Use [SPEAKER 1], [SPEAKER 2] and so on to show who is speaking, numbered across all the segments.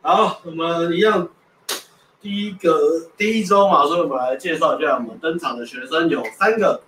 [SPEAKER 1] 好，我们一样，第一个第一周嘛，所以我们来介绍一下我们登场的学生有三个，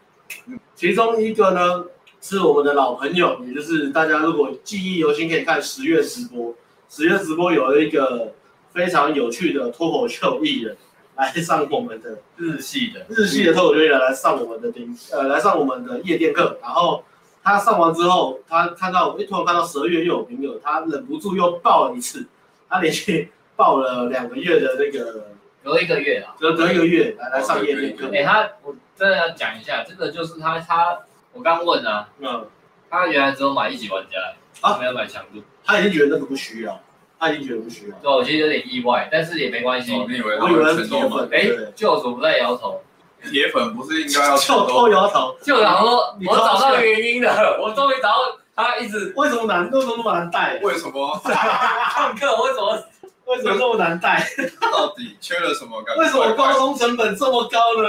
[SPEAKER 1] 其中一个呢是我们的老朋友，也就是大家如果记忆犹新，可以看十月直播。十月直播有一个非常有趣的脱口秀艺人来上我们的
[SPEAKER 2] 日系的，
[SPEAKER 1] 日系的脱口秀艺人来上我们的顶呃来上我们的夜店课，然后他上完之后，他看到诶突然看到十二月又有名额，他忍不住又报了一次，他连续报了两个月的那个
[SPEAKER 3] 隔一个月啊。
[SPEAKER 1] 隔隔一个月来来上夜店课，
[SPEAKER 3] 哎、他我真的要讲一下，这个就是他他我刚问啊，
[SPEAKER 1] 嗯，
[SPEAKER 3] 他原来只有买一级玩家，
[SPEAKER 1] 啊
[SPEAKER 3] 没有买强度，
[SPEAKER 1] 他已经觉得那个不需要，他已经觉得不需要，
[SPEAKER 3] 对，我其实有点意外，但是也没关系。
[SPEAKER 2] 哦你以为他
[SPEAKER 1] 我以为
[SPEAKER 2] 们
[SPEAKER 1] 是
[SPEAKER 2] 全
[SPEAKER 1] 铁
[SPEAKER 2] 都买？
[SPEAKER 1] 粉，
[SPEAKER 3] 哎、
[SPEAKER 1] 对，
[SPEAKER 3] 舅主不在摇头，
[SPEAKER 2] 铁粉不是应
[SPEAKER 1] 就
[SPEAKER 2] 该要全都
[SPEAKER 1] 偷摇头，
[SPEAKER 3] 舅主想说
[SPEAKER 1] 你
[SPEAKER 3] 我
[SPEAKER 1] 抓
[SPEAKER 3] 找
[SPEAKER 1] 起
[SPEAKER 3] 到
[SPEAKER 1] 来
[SPEAKER 3] 原因了，我终于找到他一直
[SPEAKER 1] 为什么难为什么那么难带？
[SPEAKER 2] 为什么？
[SPEAKER 3] 上课，我怎 么
[SPEAKER 1] 为什么那么难带？
[SPEAKER 2] 到底缺了什么？感觉
[SPEAKER 1] 为什么沟通成本这么高呢？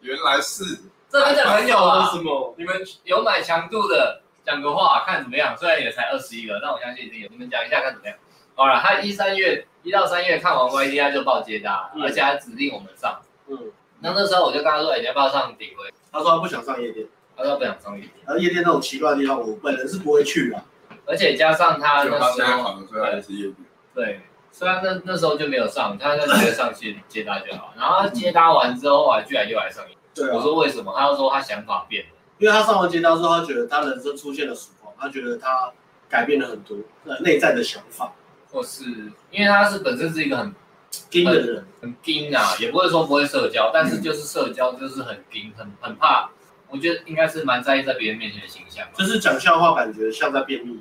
[SPEAKER 2] 原来是
[SPEAKER 3] 这边的朋友
[SPEAKER 1] 为
[SPEAKER 3] 啊，
[SPEAKER 1] 什么？
[SPEAKER 3] 你们有买强度的讲个话啊看怎么样？虽然也才二十一个，但我相信一定有，你们讲一下看怎么样。好了，他一三月一到三月看完 YT 他就报接搭，
[SPEAKER 1] 嗯
[SPEAKER 3] 而且他指定我们上。
[SPEAKER 1] 嗯，
[SPEAKER 3] 那那时候我就跟他说，哎、你要不要上顶规？
[SPEAKER 1] 他说他不想上夜店，
[SPEAKER 3] 他说不想上顶规，
[SPEAKER 1] 呃而夜店那种奇怪的地方，我本人是不会去的。
[SPEAKER 3] 而且加上他
[SPEAKER 2] 就他
[SPEAKER 3] 那
[SPEAKER 2] 现
[SPEAKER 3] 时
[SPEAKER 2] 在
[SPEAKER 3] 候
[SPEAKER 2] 好像虽然是业余，
[SPEAKER 3] 对，虽然那那时候就没有上，他就直接上去接搭就好。然后他接搭完之后啊，居然又来上瘾。
[SPEAKER 1] 对啊
[SPEAKER 3] 我说为什么？他就说他想法变了。
[SPEAKER 1] 因为他上完街道之后，他觉得他人生出现了曙光，他觉得他改变了很多呃内在的想法，
[SPEAKER 3] 或是因为他是本身是一个很
[SPEAKER 1] 盯的人，
[SPEAKER 3] 很硬啊，也不会说不会社交，但是就是社交就是很硬，很很怕。我觉得应该是蛮在意在别人面前的形象吧，
[SPEAKER 1] 就是讲笑话，感觉像在便秘，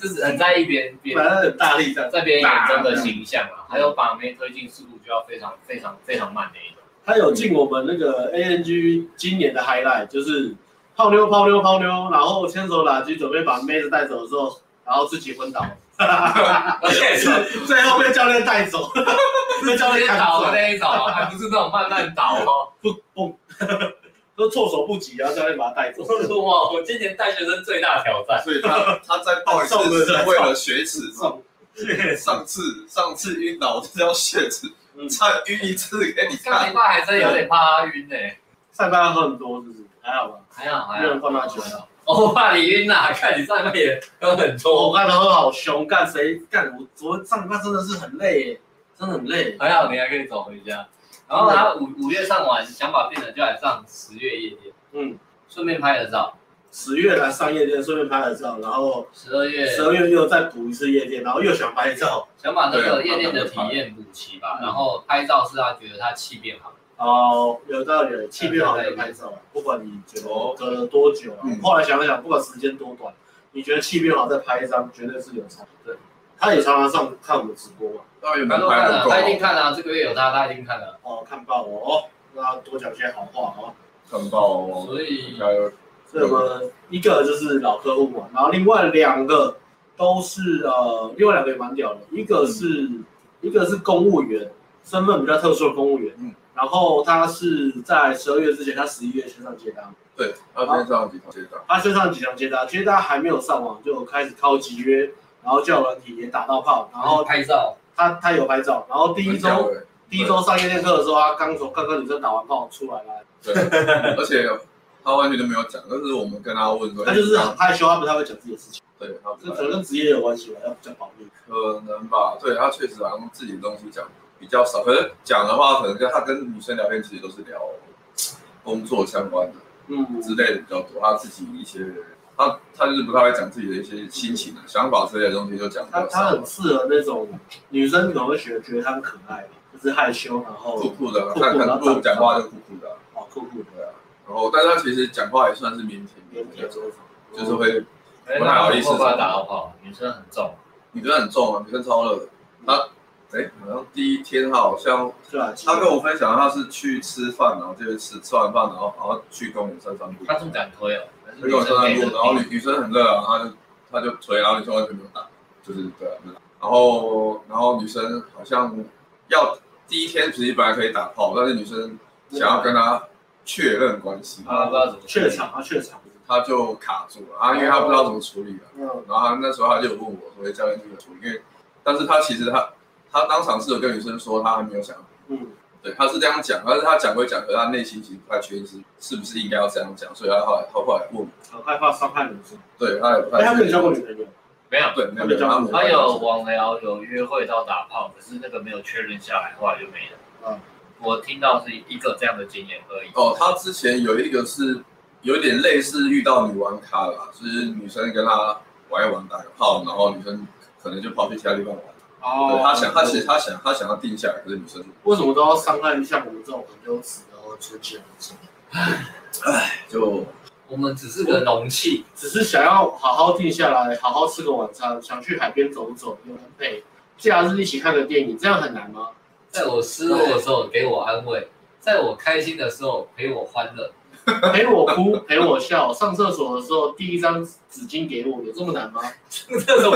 [SPEAKER 3] 就是很在意别人别
[SPEAKER 1] 反
[SPEAKER 3] 人
[SPEAKER 1] 正很大力这样。
[SPEAKER 3] 在别人眼中的形象啊，还有把妹推进速度就要非常非常非常慢的一种。
[SPEAKER 1] 他有进我们那个 ANG 今年的 highlight，就是泡妞泡妞泡妞，然后牵手打狙，准备把妹子带走的时候，然后自己昏倒，
[SPEAKER 3] 而且是
[SPEAKER 1] 最后被教练带走， 被教
[SPEAKER 3] 直接
[SPEAKER 1] 练赶
[SPEAKER 3] 倒
[SPEAKER 1] 走
[SPEAKER 3] 的，那一种啊，还不是那种慢慢倒哦。
[SPEAKER 1] 都措手不及，然后教练把他带走。
[SPEAKER 3] 哇，我今年带学生最大挑战，
[SPEAKER 2] 所以他他再报一次是为了雪耻。上次上次晕倒，这叫血耻
[SPEAKER 1] 嗯，
[SPEAKER 2] 再晕一次给你
[SPEAKER 3] 上
[SPEAKER 2] 看
[SPEAKER 3] 礼。拜还真有点怕他晕呢、
[SPEAKER 1] 上班喝很多是不是？还好吧。
[SPEAKER 3] 还好还
[SPEAKER 1] 没有人
[SPEAKER 3] 好。
[SPEAKER 1] 放他酒了。
[SPEAKER 3] 我怕你晕呐、看你上面也有很多。
[SPEAKER 1] 哦我看他喝好凶，干谁干？我昨上班真的是很累耶，真的很累。
[SPEAKER 3] 还好你还可以走回家。然后他五五月上完，想法变了就来上十月夜店，
[SPEAKER 1] 嗯，
[SPEAKER 3] 顺便拍了照。
[SPEAKER 1] 十月来上夜店，顺便拍了照，然后
[SPEAKER 3] 十二月
[SPEAKER 1] 十二月又再补一次夜店，然后又想拍照。
[SPEAKER 3] 想把那个夜店的体验补齐吧，然后拍照是他觉得他气变好，
[SPEAKER 1] 哦，有道理，气氛好就拍照，啊不管你觉得隔了多久啊
[SPEAKER 2] 嗯
[SPEAKER 1] 后来想想，不管时间多短，你觉得气氛好再拍一张，绝对是有差。对，他也常常上看我们直播嘛，
[SPEAKER 2] 到底有没
[SPEAKER 3] 他
[SPEAKER 2] 有
[SPEAKER 3] 都
[SPEAKER 2] 拍
[SPEAKER 3] 看
[SPEAKER 2] 得
[SPEAKER 3] 了，他一定
[SPEAKER 2] 够？
[SPEAKER 3] 看了、这个月有他，他一定看了，
[SPEAKER 1] 哦，看爆我哦，那多讲些好话哦。
[SPEAKER 2] 很爆哦！
[SPEAKER 3] 所以
[SPEAKER 2] 加油！
[SPEAKER 1] 所以我们一个就是老客户嘛，然后另外两个都是呃，另外两个也蛮屌的，一
[SPEAKER 2] 嗯
[SPEAKER 1] 个是、一个是公务员，身份比较特殊的公务员，
[SPEAKER 2] 嗯
[SPEAKER 1] 然后他是在十二月之前，他十一月先上接单，
[SPEAKER 2] 对，他今天上几条街道，
[SPEAKER 1] 他先上几场接单，接单还没有上网就开始敲集约，然后叫软体也打到炮，然后
[SPEAKER 3] 拍照，
[SPEAKER 1] 他他有拍照，然后第一
[SPEAKER 2] 很屌
[SPEAKER 1] 周
[SPEAKER 2] 欸
[SPEAKER 1] 第一周上夜店课的时候，他刚从刚刚女生打完炮出来了，
[SPEAKER 2] 对，而且他完全都没有讲，但是我们跟他问说，
[SPEAKER 1] 他就是啊很害羞，他不太会讲自己的事情，
[SPEAKER 2] 对，他
[SPEAKER 1] 这
[SPEAKER 2] 不
[SPEAKER 1] 可
[SPEAKER 2] 太
[SPEAKER 1] 能跟职业有关系吧，要比较保密。
[SPEAKER 2] 可能吧，对他确实好啊像自己的东西讲比较少，可是讲的话，可能跟他跟女生聊天其实都是聊工作相关的
[SPEAKER 1] 嗯，
[SPEAKER 2] 之类的比较多，他自己一些他他就是不太会讲自己的一些心情、想法之类的东西，就讲比
[SPEAKER 1] 他
[SPEAKER 2] 较
[SPEAKER 1] 他
[SPEAKER 2] 少
[SPEAKER 1] 很，适合那种女生可能会觉得觉得他很可爱，就是害羞，然后
[SPEAKER 2] 酷酷的，
[SPEAKER 1] 酷酷
[SPEAKER 2] 看
[SPEAKER 1] 然
[SPEAKER 2] 看
[SPEAKER 1] 后
[SPEAKER 2] 不讲话就酷酷的啊、
[SPEAKER 1] 哦酷酷的，
[SPEAKER 2] 然后但是他其实讲话也算是腼腆
[SPEAKER 1] 腼
[SPEAKER 2] 的
[SPEAKER 1] 腆
[SPEAKER 2] 那
[SPEAKER 1] 的
[SPEAKER 2] 种，
[SPEAKER 1] 说
[SPEAKER 2] 就是会
[SPEAKER 3] 哎
[SPEAKER 2] 不太好意思
[SPEAKER 3] 他把他打到炮，女生很重，
[SPEAKER 2] 你觉得很重啊，女生超热的，他哎好像第一天他好像
[SPEAKER 1] 对啊，
[SPEAKER 2] 他跟我分享，他是去吃饭，然后就是吃吃完饭，然后然后去公园散散步。
[SPEAKER 3] 他这么敢推哦，还是
[SPEAKER 2] 去
[SPEAKER 3] 女
[SPEAKER 2] 公园散
[SPEAKER 3] 生
[SPEAKER 2] 散
[SPEAKER 3] 给
[SPEAKER 2] 步，
[SPEAKER 3] 的
[SPEAKER 2] 啊然后女女生很热啊，然后他就他就推，然后女生完全没有打，就是对啊，没有打然后然后女生好像要第一天其实本来可以打炮，但是女生想要跟他确认关系，
[SPEAKER 3] 啊不知道怎么
[SPEAKER 1] 怯场啊怯场，
[SPEAKER 2] 他就卡住了啊，因为他不知道怎么处理啊。
[SPEAKER 1] 嗯
[SPEAKER 2] 哎然后他那时候他就有问我说：“教练这个处理，因为但是他其实他他当场是有跟女生说他还没有想要，
[SPEAKER 1] 嗯，
[SPEAKER 2] 对，他是这样讲，但是他讲归讲，可是他内心其实不太确定是是不是应该要这样讲，所以他后来他后来问我，
[SPEAKER 1] 很害怕伤害女生。
[SPEAKER 2] 对，他也不
[SPEAKER 1] 哎，
[SPEAKER 2] 太
[SPEAKER 1] 他
[SPEAKER 2] 确
[SPEAKER 1] 没有
[SPEAKER 2] 定
[SPEAKER 1] 交过女朋友，
[SPEAKER 3] 没有，
[SPEAKER 2] 对，没有没有，没
[SPEAKER 3] 他有网聊，有约会到打炮，可是那个没有确认下来，后来就没了。
[SPEAKER 2] 啊
[SPEAKER 1] 嗯
[SPEAKER 3] 我听到是一个这样的经验而已。
[SPEAKER 2] 哦，他之前有一个是有一点类似遇到女玩咖啦，就是女生跟他玩一玩打个炮，然后女生可能就跑去其他地方玩。
[SPEAKER 1] 哦
[SPEAKER 2] 对，他想，他其实他想，他想要定下来，可是女生
[SPEAKER 1] 为什么都要伤害像我们这种很优质然后纯洁的人？
[SPEAKER 2] 就
[SPEAKER 3] 我们只是个容器，
[SPEAKER 1] 只是想要好好定下来，好好吃个晚餐，想去海边走走，有人陪，假日一起看个电影，这样很难吗？
[SPEAKER 3] 在我失落的时候给我安慰，在我开心的时候陪我欢乐。
[SPEAKER 1] 陪我哭，陪我笑，上厕所的时候递一张纸巾给我，有这么难吗？
[SPEAKER 3] 这种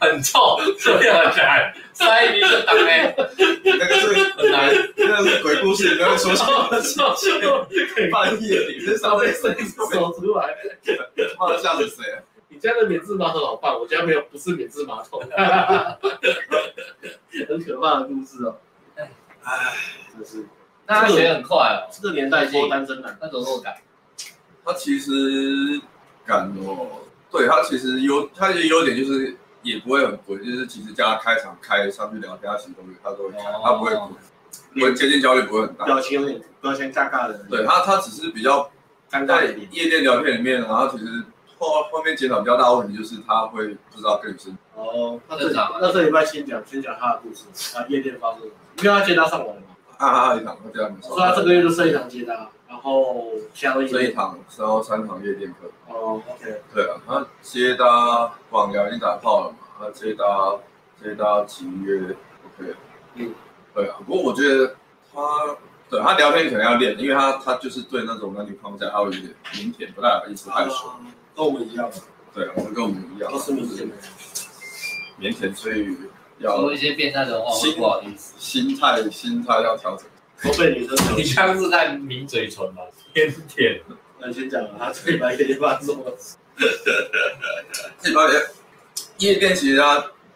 [SPEAKER 3] 很臭，这样很难，塞鼻子当哎，
[SPEAKER 2] 那个是
[SPEAKER 3] 很难。
[SPEAKER 2] 那个是鬼故事，不要说
[SPEAKER 3] 臭臭，
[SPEAKER 2] 半夜里是
[SPEAKER 1] 他
[SPEAKER 2] 上
[SPEAKER 1] 被
[SPEAKER 2] 被
[SPEAKER 1] 伸
[SPEAKER 2] 伸
[SPEAKER 1] 手出来，
[SPEAKER 2] 妈的吓死谁啊？
[SPEAKER 1] 你家的免治马桶好棒，我家没有，不是免治马桶，很可怕的故事哦。
[SPEAKER 3] 哎
[SPEAKER 1] 唉，真是
[SPEAKER 3] 那他学很快哦，
[SPEAKER 1] 这个年代脱单真难。
[SPEAKER 3] 那种落感。
[SPEAKER 2] 他其实敢哦，对他其实优，他的优点就是也不会很鬼，就是其实叫他开场开上去聊天，他其实都会他都
[SPEAKER 1] 哦
[SPEAKER 2] 会开，他不会
[SPEAKER 3] 哦
[SPEAKER 2] 鬼，不会接近焦虑不会很大。
[SPEAKER 1] 表情有点表情尬尬的，
[SPEAKER 2] 对他，他只是比较
[SPEAKER 1] 尴尬
[SPEAKER 2] 在
[SPEAKER 1] 一点。
[SPEAKER 2] 夜店聊天里面，然后其实后后面检讨比较大的问题就是他会不知道跟女生，
[SPEAKER 1] 哦，那这
[SPEAKER 3] 正常啊
[SPEAKER 1] 那这礼拜先讲先讲他的故事啊，夜店发生的，因为他接他上完了嘛，
[SPEAKER 2] 啊啊啊一堂，这样没
[SPEAKER 1] 所以他这
[SPEAKER 2] 错，
[SPEAKER 1] 个月就剩一堂接他，然后下个
[SPEAKER 2] 这一
[SPEAKER 1] 月
[SPEAKER 2] 堂，然后三堂夜店课，
[SPEAKER 1] 哦，OK，
[SPEAKER 2] 对啊，他接搭网聊已经打炮了嘛，他接搭接搭集约，OK，
[SPEAKER 1] 嗯，
[SPEAKER 2] 对啊，不过我觉得他对他聊天可能要练，因为他他就是对那种男女框架他会有点腼腆，不太好意思害羞，
[SPEAKER 1] 啊跟我们一样，
[SPEAKER 2] 对啊，我跟我们一样，
[SPEAKER 1] 都是明星，
[SPEAKER 2] 腼腆，所以要
[SPEAKER 3] 说一些变态的话，我会不好意思。
[SPEAKER 2] 心态心态要调整。
[SPEAKER 1] 都被女生
[SPEAKER 3] 你
[SPEAKER 1] 抢。
[SPEAKER 3] 刚是在抿嘴唇吗？ 天天，
[SPEAKER 1] 那你先讲了，他这礼拜夜店发生什么事？
[SPEAKER 2] 这礼拜夜店其实他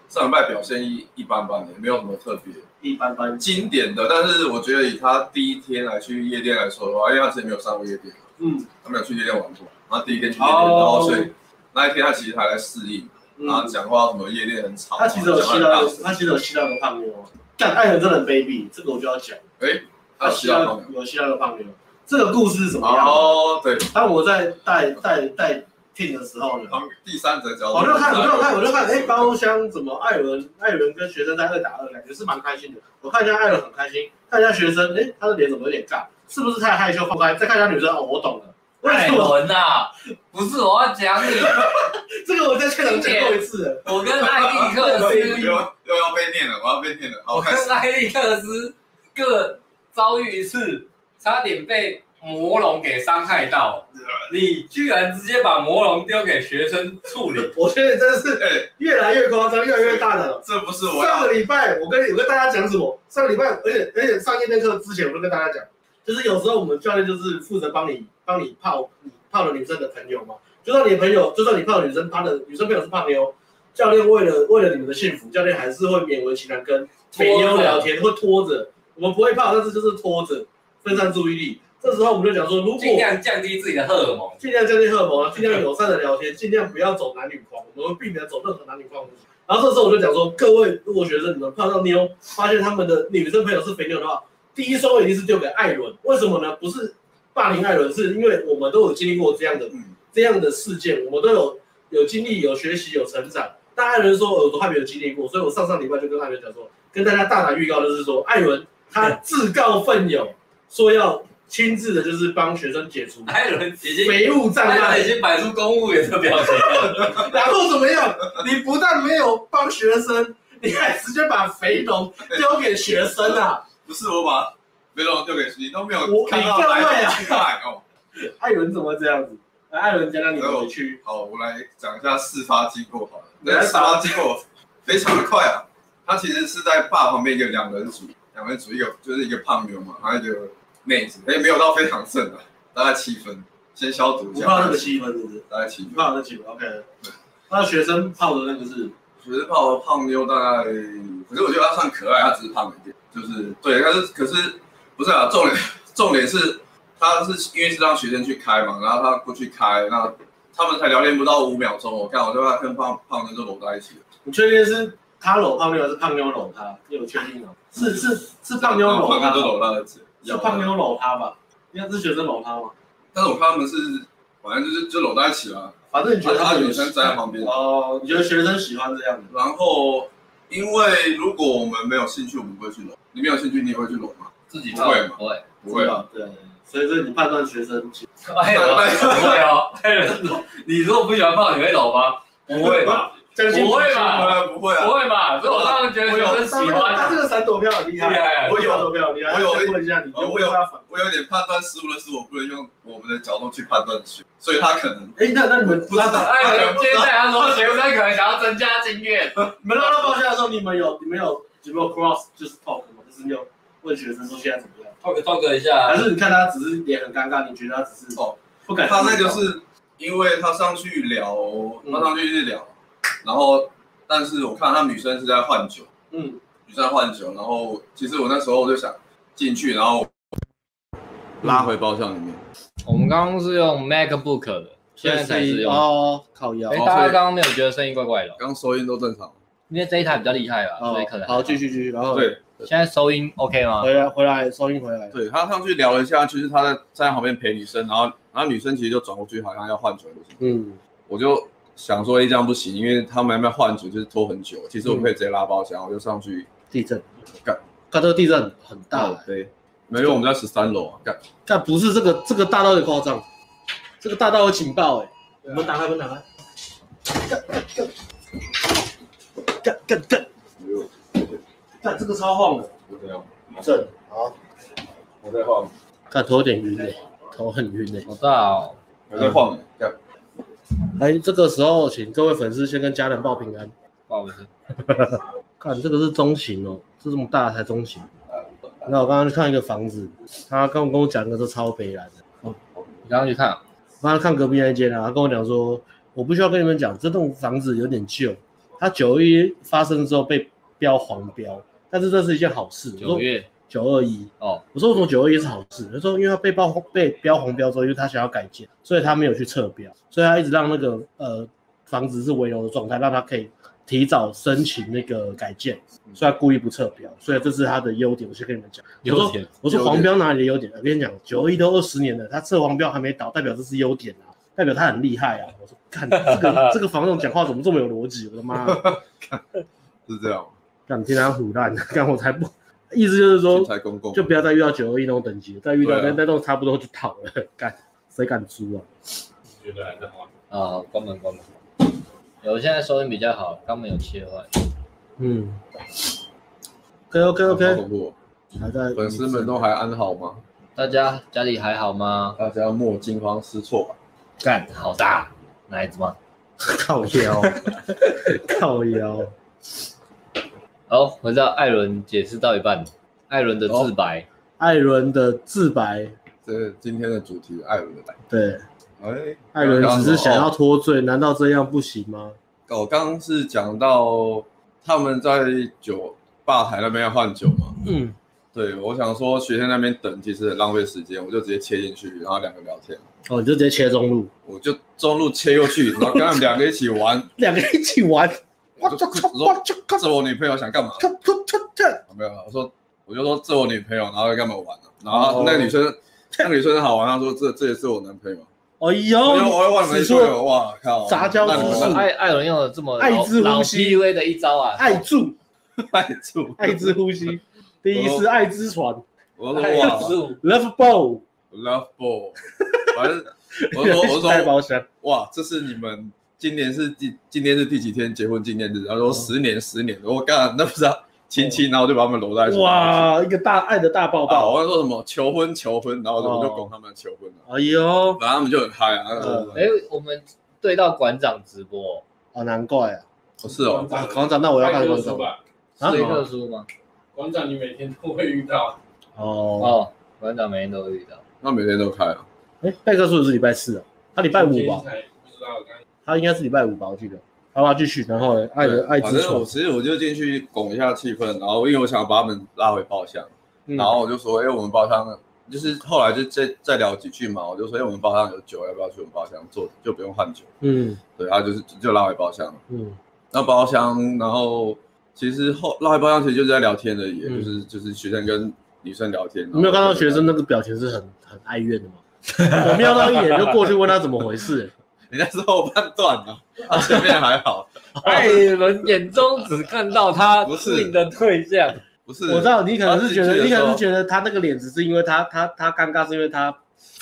[SPEAKER 2] 上礼拜表现一一般般的，没有什么特别
[SPEAKER 1] 一般般，
[SPEAKER 2] 经典的。但是我觉得以他第一天来去夜店来说的话，因为他之前没有上过夜店，
[SPEAKER 1] 嗯，
[SPEAKER 2] 他没有去夜店玩过，然后第一天去夜店，然后所以那一天他其实还在适应，
[SPEAKER 1] 哦嗯
[SPEAKER 2] 然后讲话什么夜店很吵，
[SPEAKER 1] 他其实有
[SPEAKER 2] 讲话
[SPEAKER 1] 吸
[SPEAKER 2] 很
[SPEAKER 1] 到
[SPEAKER 2] 大
[SPEAKER 1] 一个，
[SPEAKER 2] 声
[SPEAKER 1] 他其实有吸到一个胖妞，但爱人真的很卑鄙，这个我就要讲，
[SPEAKER 2] 哎，他
[SPEAKER 1] 他
[SPEAKER 2] 有
[SPEAKER 1] 吸
[SPEAKER 2] 吸到
[SPEAKER 1] 到
[SPEAKER 2] 朋友。
[SPEAKER 1] 有吸到一个胖妞，这个故事是什么样的？
[SPEAKER 2] 哦，对，
[SPEAKER 1] 当我在带带带 team 的时候呢，
[SPEAKER 2] 旁第三者角度，
[SPEAKER 1] 我就哦看，我就看，我就看，哎，包厢怎么艾伦艾伦跟学生在二打二，感觉是蛮开心的。我看一下艾伦很开心，看一下学生，哎，他的脸怎么有点尬？是不是太害羞放开？再看一下女生，哦，我懂了。为
[SPEAKER 3] 艾
[SPEAKER 1] 什么？
[SPEAKER 3] 伦啊，不是我要讲你，
[SPEAKER 1] 这个我在现场讲过一次了。
[SPEAKER 3] 我跟艾利克
[SPEAKER 2] 又
[SPEAKER 3] 斯，
[SPEAKER 2] 又要被念了，我要被念了， 好
[SPEAKER 3] 我
[SPEAKER 2] 开始
[SPEAKER 3] 跟。艾利克斯各遭遇一次，差点被魔龙给伤害 到。你居然直接把魔龙丢给学生处理，
[SPEAKER 1] 我现在真的是
[SPEAKER 2] 哎，
[SPEAKER 1] 越来越夸张，越来越大胆了。
[SPEAKER 2] 这不是我
[SPEAKER 1] 上
[SPEAKER 2] 要
[SPEAKER 1] 个礼拜我跟我跟大家讲什么？上个礼拜，而且而且上夜店课之前，我就跟大家讲，就是有时候我们教练就是负责帮你帮你泡你泡了女生的朋友嘛，就算你朋友，就算你泡的女生，她的女生朋友是胖妞，教练为了为了你们的幸福，教练还是会勉为其难跟美妞聊天，会拖着，我们不会泡，但是就是拖着，分散注意力。这时候我们就讲说，如果
[SPEAKER 3] 尽量降低自己的荷尔蒙。
[SPEAKER 1] 尽量降低荷尔蒙啊，尽量友善的聊天，尽量不要走男女框，我们会避免走任何男女框的东西。然后这时候我就讲说，各位如果学生你们碰到妞，发现他们的女生朋友是肥妞的话，第一收尾一定是丢给艾伦，为什么呢？不是霸凌艾伦，是因为我们都有经历过这样的
[SPEAKER 2] 嗯
[SPEAKER 1] 这样的事件，我们都有有经历、有学习、有成长。但艾伦说，我都还没有经历过，所以我上上礼拜就跟艾伦讲说，跟大家大胆预告，就是说，艾伦他自告奋勇说要亲自的，就是帮学生解除
[SPEAKER 3] 艾伦已经，
[SPEAKER 1] 肥物障
[SPEAKER 3] 艾
[SPEAKER 1] 碍
[SPEAKER 3] 伦已。经摆出公务员的表情了。
[SPEAKER 2] 哎
[SPEAKER 1] 然后怎么样？你不但没有帮学生，你还直接把肥龙丢给学生啊！
[SPEAKER 2] 不是我把梅龙丢给你，都没有
[SPEAKER 1] 我
[SPEAKER 2] 看到
[SPEAKER 1] 你各位啊
[SPEAKER 2] 来龙去脉哦。
[SPEAKER 1] 艾伦怎么这样子？来艾伦讲讲你的委屈。
[SPEAKER 2] 好，我来讲一下事发经过好了。
[SPEAKER 1] 你来
[SPEAKER 2] 那
[SPEAKER 1] 吧
[SPEAKER 2] 事发经过非常的快啊，他其实是在坝旁边一个两人组，两人组一个就是一个胖妞嘛，还有一个 妹子，也没有到非常正啊，大概七分，先消毒一
[SPEAKER 1] 你
[SPEAKER 2] 下，
[SPEAKER 1] 泡那个七分是不是？
[SPEAKER 2] 大概七
[SPEAKER 1] 你
[SPEAKER 2] 分。
[SPEAKER 1] 泡那个七分，OK。那学生泡的那个是
[SPEAKER 2] 水泡和胖妞大概，可是我觉得她算可爱，她只是胖了一点，就是对，但是可是不是啊？重点重点是她是因为是让学生去开嘛，然后她过去开，那他们才聊天不到五秒钟，我看我就怕跟胖胖妞就搂在一起了，
[SPEAKER 1] 你确定是他搂胖妞还是胖妞搂他？你有确定吗？是是是胖妞
[SPEAKER 2] 然后
[SPEAKER 1] 搂
[SPEAKER 2] 啊胖
[SPEAKER 1] 他
[SPEAKER 2] 妞就
[SPEAKER 1] 吧，
[SPEAKER 2] 搂在一起，
[SPEAKER 1] 是胖妞搂他吧？应该是学生搂他吗？
[SPEAKER 2] 但是我看他们是反正就是就搂在一起了，
[SPEAKER 1] 反正你觉得
[SPEAKER 2] 他
[SPEAKER 1] 他
[SPEAKER 2] 他啊女生站在旁边
[SPEAKER 1] 哦，你觉得学生喜欢这样的？
[SPEAKER 2] 然后因为如果我们没有兴趣，我们不会去搂，你没有兴趣，你也会去搂吗？
[SPEAKER 3] 自己
[SPEAKER 2] 不会嘛
[SPEAKER 3] 不会，
[SPEAKER 2] 不会啊。
[SPEAKER 1] 啊，对，所以说你判断学生喜
[SPEAKER 3] 哎呦，不会哦。哎呦你如果不喜欢泡，你会抖吗？不会 吧？不会吧？
[SPEAKER 2] 不会啊
[SPEAKER 3] 不，会吧？所以我当然觉得学生喜
[SPEAKER 1] 他
[SPEAKER 3] 欢。
[SPEAKER 1] 这个闪躲票很厉
[SPEAKER 3] 厉害
[SPEAKER 1] 害，
[SPEAKER 2] 我有
[SPEAKER 1] 闪躲票很厉害。
[SPEAKER 2] 我有
[SPEAKER 1] 问一下你，
[SPEAKER 2] 我有
[SPEAKER 1] 我有办法。
[SPEAKER 2] 我有点判断失误的是，我不能用我们的角度去判断去，所以他可能
[SPEAKER 1] 哎，那那你们
[SPEAKER 2] 不知道
[SPEAKER 3] 哎，我接下来他说学生可能想要增加经验，
[SPEAKER 1] 你们拉到报价的时候，你们有你们有有没有 cross 就是 talk 吗？就是你有问学生说现在怎么样？
[SPEAKER 4] talk talk 一下
[SPEAKER 3] 呃
[SPEAKER 1] 还，是你看他只是脸很尴尬，你觉得他只是
[SPEAKER 2] 哦
[SPEAKER 1] 不敢？
[SPEAKER 2] 他那个是因为他上去聊，
[SPEAKER 1] 嗯
[SPEAKER 2] 他上去是聊，然后但是我看他女生是在换酒，
[SPEAKER 1] 嗯，
[SPEAKER 2] 女生在换酒，然后其实我那时候我就想进去，然后拉回包厢里面，
[SPEAKER 3] 我们刚刚是用 MacBook 的，现在才是用。
[SPEAKER 1] 哦，靠腰
[SPEAKER 3] 哎、
[SPEAKER 2] 哦
[SPEAKER 3] 大家
[SPEAKER 2] 所以
[SPEAKER 3] 刚刚没有觉得声音怪怪的哦、
[SPEAKER 2] 刚收音都正常，
[SPEAKER 3] 因为这一台比较厉害吧，啊所以可能还好。
[SPEAKER 1] 续哦继续，然后
[SPEAKER 2] 对
[SPEAKER 3] 现在收音 OK 吗？
[SPEAKER 1] 回来回来收音回来，
[SPEAKER 2] 对，他上去聊了一下，就是他在站在旁边陪女生，然后然后女生其实就转过去，好像要换酒了。
[SPEAKER 1] 嗯，
[SPEAKER 2] 我就想说，哎，这样不行，因为他们要不要换组就是拖很久。其实我可以直接拉包厢，我就上去
[SPEAKER 1] 地震
[SPEAKER 2] 干，
[SPEAKER 1] 它这个地震很
[SPEAKER 2] 倒杯。没有，我们在十三楼啊，干
[SPEAKER 1] 但不是这个这个大到有点夸张，这个大到有警报哎、
[SPEAKER 3] 对啊
[SPEAKER 1] 我们打开，我们打开。干干干
[SPEAKER 2] 没有，
[SPEAKER 1] 干，这个超晃的，
[SPEAKER 2] 我这样，
[SPEAKER 1] 震好，
[SPEAKER 2] 我在晃，
[SPEAKER 1] 看头有点晕哎、头很晕哎、
[SPEAKER 3] 我知道，
[SPEAKER 2] 我在晃，
[SPEAKER 1] 嗯
[SPEAKER 2] 干
[SPEAKER 1] 哎，这个时候请各位粉丝先跟家人报平安。
[SPEAKER 3] 不好意思，
[SPEAKER 1] 看这个是中型哦，这么大才中型。啊那我刚刚去看一个房子，他刚跟我讲的都超北蓝的。
[SPEAKER 3] 你刚刚去看啊，
[SPEAKER 1] 他看隔壁那一间啊，他跟我讲说，我不需要跟你们讲，这栋房子有点旧，它九一发生之后被标黄标，但是这是一件好事。我
[SPEAKER 3] 九
[SPEAKER 1] 说
[SPEAKER 3] 月
[SPEAKER 1] 九二一，
[SPEAKER 3] 哦，
[SPEAKER 1] 我说为什么九二一是好事？他说因为他被标被标黄标之后，因为他想要改建，所以他没有去测标，所以他一直让那个呃房子是围楼的状态，让他可以提早申请那个改建，所以他故意不测标，所以这是他的优点，我先跟你们讲。我说
[SPEAKER 3] 优点，
[SPEAKER 1] 我说
[SPEAKER 2] 优点
[SPEAKER 1] 黄标哪里的优点？我跟你讲，九一都二十年了，他测黄标还没倒，代表这是优点啊，代表他很厉害啊。我说，看这个这个房东讲话怎么这么有逻辑？我的妈！
[SPEAKER 2] 是这样，
[SPEAKER 1] 敢听他胡乱，干我才不，意思就是说
[SPEAKER 2] 金财公公
[SPEAKER 1] 就不要再遇到九二一那种等级，再遇到那
[SPEAKER 2] 对啊
[SPEAKER 1] 那种差不多就倒了，干谁敢租啊？
[SPEAKER 4] 觉得还在晃。
[SPEAKER 3] 啊，关门关门。有现在收音比较好，刚没有切换。
[SPEAKER 1] 嗯，OK OK OK，
[SPEAKER 2] 好恐怖
[SPEAKER 1] 还在
[SPEAKER 2] 哦！粉丝们都还安好吗？
[SPEAKER 3] 大家家里还好吗？
[SPEAKER 2] 大家莫惊慌失措吧。
[SPEAKER 3] 干，好大，哪一只吗？
[SPEAKER 1] 靠腰，靠腰，
[SPEAKER 3] 哦，回到艾伦解释到一半，艾伦的
[SPEAKER 1] 哦
[SPEAKER 3] 自白，
[SPEAKER 1] 艾伦的自白，
[SPEAKER 2] 这是今天的主题，艾伦的来。
[SPEAKER 1] 对，
[SPEAKER 2] 哎，
[SPEAKER 1] 艾伦只是想要脱罪，难道这样不行吗？
[SPEAKER 2] 我哦刚刚是讲到他们在酒吧台那边要换酒嘛，
[SPEAKER 1] 嗯，
[SPEAKER 2] 对，我想说学生那边等其实很浪费时间，我就直接切进去，然后两个聊天，
[SPEAKER 1] 哦，你就直接切中路，
[SPEAKER 2] 我就中路切过 去，然后跟他们两个一起玩。
[SPEAKER 1] 两个一起玩，
[SPEAKER 2] 我就我
[SPEAKER 1] 就
[SPEAKER 2] 说这我女朋友想干嘛？
[SPEAKER 1] 这这这
[SPEAKER 2] 没有啊，我哦说我就说这我女朋友，然后干嘛玩呢、然后那个女生，那个女生好玩，她说这这也是我男朋友。
[SPEAKER 1] 哎
[SPEAKER 2] 我就
[SPEAKER 1] 呦，
[SPEAKER 2] 我问你们
[SPEAKER 1] 你
[SPEAKER 2] 一
[SPEAKER 1] 说
[SPEAKER 2] 说，哇靠，
[SPEAKER 1] 杂交
[SPEAKER 2] 那你们
[SPEAKER 1] 知识
[SPEAKER 2] 那
[SPEAKER 3] 艾艾伦用了这么
[SPEAKER 1] 哦爱
[SPEAKER 3] 老
[SPEAKER 1] 之
[SPEAKER 3] 老
[SPEAKER 1] 呼吸
[SPEAKER 3] PUA 的一招啊，
[SPEAKER 1] 爱住，
[SPEAKER 2] 爱住
[SPEAKER 1] 爱之呼吸，第一是爱之船
[SPEAKER 2] 我说
[SPEAKER 3] 爱
[SPEAKER 2] 哇
[SPEAKER 3] 之舞
[SPEAKER 1] ，Love Boat，
[SPEAKER 2] ，love ball，反正我说我
[SPEAKER 1] 带
[SPEAKER 2] 说
[SPEAKER 1] 包厢。
[SPEAKER 2] 哇，这是你们今年是第今天是第几天结婚纪念日？他说十年十年，我干那不是啊亲戚，然后就把他们搂在一起。
[SPEAKER 1] 哇，一个大爱的大抱
[SPEAKER 2] 啊！
[SPEAKER 1] 抱。
[SPEAKER 2] 我说什么求婚求婚，然后我就
[SPEAKER 1] 哦
[SPEAKER 2] 我就拱他们求婚了，
[SPEAKER 1] 哎呦，
[SPEAKER 2] 然后他们就很嗨啊！
[SPEAKER 1] 嗯
[SPEAKER 3] 哎、我们对到馆长直播，
[SPEAKER 1] 哦，难怪啊！
[SPEAKER 2] 不是哦，
[SPEAKER 1] 啊，馆长，那我要看
[SPEAKER 4] 就
[SPEAKER 1] 馆
[SPEAKER 4] 是说
[SPEAKER 1] 长。
[SPEAKER 4] 吧，
[SPEAKER 1] 啊
[SPEAKER 3] 是一特殊吗？
[SPEAKER 4] 馆长你每天都会遇到，
[SPEAKER 1] 哦，
[SPEAKER 3] 哦，馆长每天都会遇到。
[SPEAKER 2] 那每天都开啊，
[SPEAKER 1] 哎，代课数是礼拜四啊，他礼拜五
[SPEAKER 4] 今天
[SPEAKER 1] 吧？
[SPEAKER 4] 才不知道，刚
[SPEAKER 1] 他应该是礼拜五吧？我记得。好吧，继续，然后呢？爱的
[SPEAKER 2] 对
[SPEAKER 1] 爱
[SPEAKER 2] 反
[SPEAKER 1] 之
[SPEAKER 2] 正我
[SPEAKER 1] 错，
[SPEAKER 2] 其实我就进去拱一下气氛，然后因为我想把他们拉回包厢，
[SPEAKER 1] 嗯
[SPEAKER 2] 然后我就说，哎、我们包厢就是后来就再再聊几句嘛，我就说，哎、我们包厢有酒，要不要去我们包厢坐，就不用换酒。
[SPEAKER 1] 嗯
[SPEAKER 2] 对，啊他就是就拉回包厢，
[SPEAKER 1] 嗯
[SPEAKER 2] 那包厢，然后其实后拉回包厢其实就是在聊天而已，
[SPEAKER 1] 嗯
[SPEAKER 2] 就是就是学生跟女生聊天。然后
[SPEAKER 1] 你没有看到学生那个表情是很很哀怨的吗？ 我瞄到一眼就过去问他怎么回事、
[SPEAKER 2] 你那是后半段啊，他前面还好，
[SPEAKER 1] 哦
[SPEAKER 3] 爱人眼中只看到他
[SPEAKER 2] 不是
[SPEAKER 3] 是你的对象，
[SPEAKER 2] 不 是？
[SPEAKER 1] 我知道你可能是觉
[SPEAKER 2] 他
[SPEAKER 1] 得，
[SPEAKER 2] 进
[SPEAKER 1] 你可
[SPEAKER 2] 去的时候
[SPEAKER 1] 能是觉得他那个脸只是因为他他他尴尬，是因为他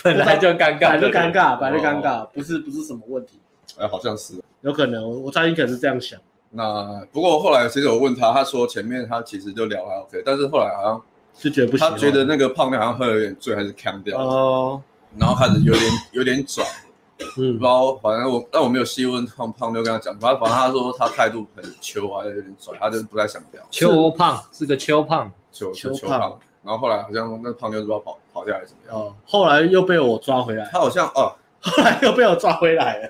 [SPEAKER 3] 本来就尴
[SPEAKER 1] 本
[SPEAKER 3] 尬，
[SPEAKER 1] 来就尴。尬，
[SPEAKER 2] 对
[SPEAKER 1] 本来就尴尬，不是不是什么问题，
[SPEAKER 2] 哎，好像是。
[SPEAKER 1] 有可能我我猜你可能是这样想，
[SPEAKER 2] 那不过后来其实我问他，他说前面他其实就聊还 OK，但是后来好像
[SPEAKER 1] 就觉得不行，啊
[SPEAKER 2] 他觉得那个胖妹好像喝了有点醉，还是呛掉了，
[SPEAKER 1] 哦，
[SPEAKER 2] 然后开始有点有点转，
[SPEAKER 1] 嗯
[SPEAKER 2] 然后反正我但我没有细问胖胖妞跟他讲，反正反正他说他态度很秋啊，有点拽，他就不太想聊
[SPEAKER 3] 秋胖是个秋胖，
[SPEAKER 2] 秋
[SPEAKER 1] 秋
[SPEAKER 2] 秋
[SPEAKER 1] 胖
[SPEAKER 2] 秋胖。然后后来好像那胖妞不知道跑跑下来怎么样，
[SPEAKER 1] 哦，后来又被我抓回来，
[SPEAKER 2] 他好像哦，
[SPEAKER 1] 后来又被我抓回来了，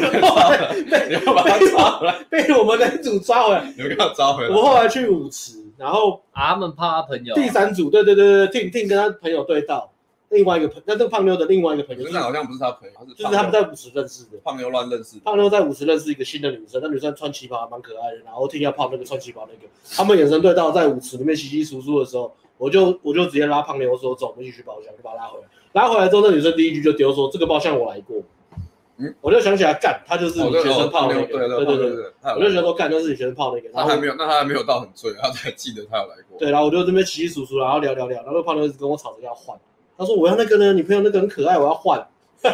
[SPEAKER 2] 你要把他抓回来，
[SPEAKER 1] 被我们那组抓回来，
[SPEAKER 2] 你们给他抓回
[SPEAKER 1] 我
[SPEAKER 2] 来
[SPEAKER 1] 们。后来去舞池，然后
[SPEAKER 3] 啊他们怕他朋友啊，
[SPEAKER 1] 第三组，对对对对对，Tim Tim 跟他朋友对到，另外一个朋，那这个胖妞的另外一个朋
[SPEAKER 2] 可
[SPEAKER 1] 友，就是是
[SPEAKER 2] 那好像不是他朋友，是
[SPEAKER 1] 就是他们在舞池认识的。
[SPEAKER 2] 胖妞乱认识的，
[SPEAKER 1] 胖妞在舞池认识一个新的女生，那女生穿旗袍还蛮可爱的，然后听要泡那个穿旗袍那个，他们眼神对到，在舞池里面稀稀疏疏的时候，我就我就直接拉胖妞说走，我们一起去包厢，就把她拉回来。拉回来之后，那女生第一句就丢说这个包厢我来过，
[SPEAKER 2] 嗯
[SPEAKER 1] 我就想起来干，她就是
[SPEAKER 2] 哦
[SPEAKER 1] 你
[SPEAKER 2] 对
[SPEAKER 1] 学生
[SPEAKER 2] 哦
[SPEAKER 1] 泡那
[SPEAKER 2] 妞
[SPEAKER 1] 个，对
[SPEAKER 2] 对
[SPEAKER 1] 对
[SPEAKER 2] 胖妞
[SPEAKER 1] 对，
[SPEAKER 2] 对，他有
[SPEAKER 1] 我就觉得说干，那是你学生泡那个，然
[SPEAKER 2] 他
[SPEAKER 1] 后
[SPEAKER 2] 还没有，那他还没有到很醉，他才记得他有来过。
[SPEAKER 1] 对，然后我就这边稀稀疏疏，然后聊聊聊，然后胖妞一直跟我吵着要换，他说我要那个呢，你朋友那个很可爱，我要换，
[SPEAKER 2] 他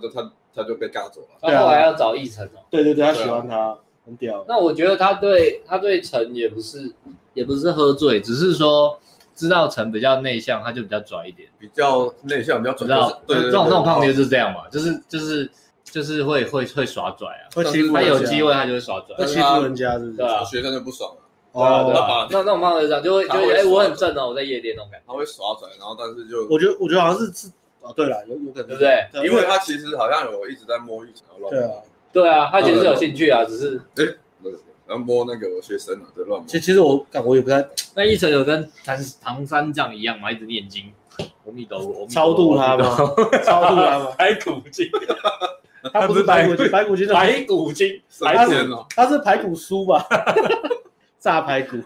[SPEAKER 2] 就他他就被尬走了。
[SPEAKER 3] 他后来要找奕晨哦。
[SPEAKER 1] 对对对，他
[SPEAKER 2] 对啊
[SPEAKER 1] 喜欢她，很屌，
[SPEAKER 3] 那我觉得他对他对陈也不是也不是喝醉，只是说知道陈比较内向，他就比较拽一点。
[SPEAKER 2] 比较内向，比较
[SPEAKER 3] 不
[SPEAKER 2] 准
[SPEAKER 3] 知道，
[SPEAKER 2] 对对
[SPEAKER 3] 这
[SPEAKER 2] 对
[SPEAKER 3] 种这种胖妞
[SPEAKER 2] 对
[SPEAKER 3] 就是这样嘛，就是就是就是会会会耍拽啊，
[SPEAKER 1] 会欺负
[SPEAKER 3] 他
[SPEAKER 1] 人
[SPEAKER 3] 有
[SPEAKER 1] 家
[SPEAKER 3] 机会他就会耍拽。
[SPEAKER 1] 会欺负人家是不是
[SPEAKER 3] 对？啊
[SPEAKER 2] 学生就不爽了，
[SPEAKER 3] 啊对
[SPEAKER 1] 哦
[SPEAKER 3] 啊，那那种胖妞就这样，就会就
[SPEAKER 2] 他会
[SPEAKER 3] 会哎
[SPEAKER 2] 耍
[SPEAKER 3] 我很正哦，我在夜店那种感
[SPEAKER 2] 他会耍拽，然后但是就
[SPEAKER 1] 我觉得我觉得好像是是哦，对了，有有可能，
[SPEAKER 3] 觉，对不？对？
[SPEAKER 2] 因为他其实好像有一直在摸玉成，然后
[SPEAKER 1] 对
[SPEAKER 2] 乱
[SPEAKER 1] 啊
[SPEAKER 2] 摸，
[SPEAKER 3] 对啊，他其实是有兴趣啊，只是
[SPEAKER 2] 对对对然后摸那个学生啊，对乱摸
[SPEAKER 1] 其。其实我感我也不太
[SPEAKER 3] 那一晨有跟唐唐三藏一样嘛，一直念经，阿弥陀佛，
[SPEAKER 1] 超度他嘛，超度他 嘛。
[SPEAKER 3] 白骨精，
[SPEAKER 1] 他不是排骨精，排骨精是
[SPEAKER 3] 白骨精，
[SPEAKER 2] 三天哦，
[SPEAKER 1] 他是排骨酥吧？ 炸排骨，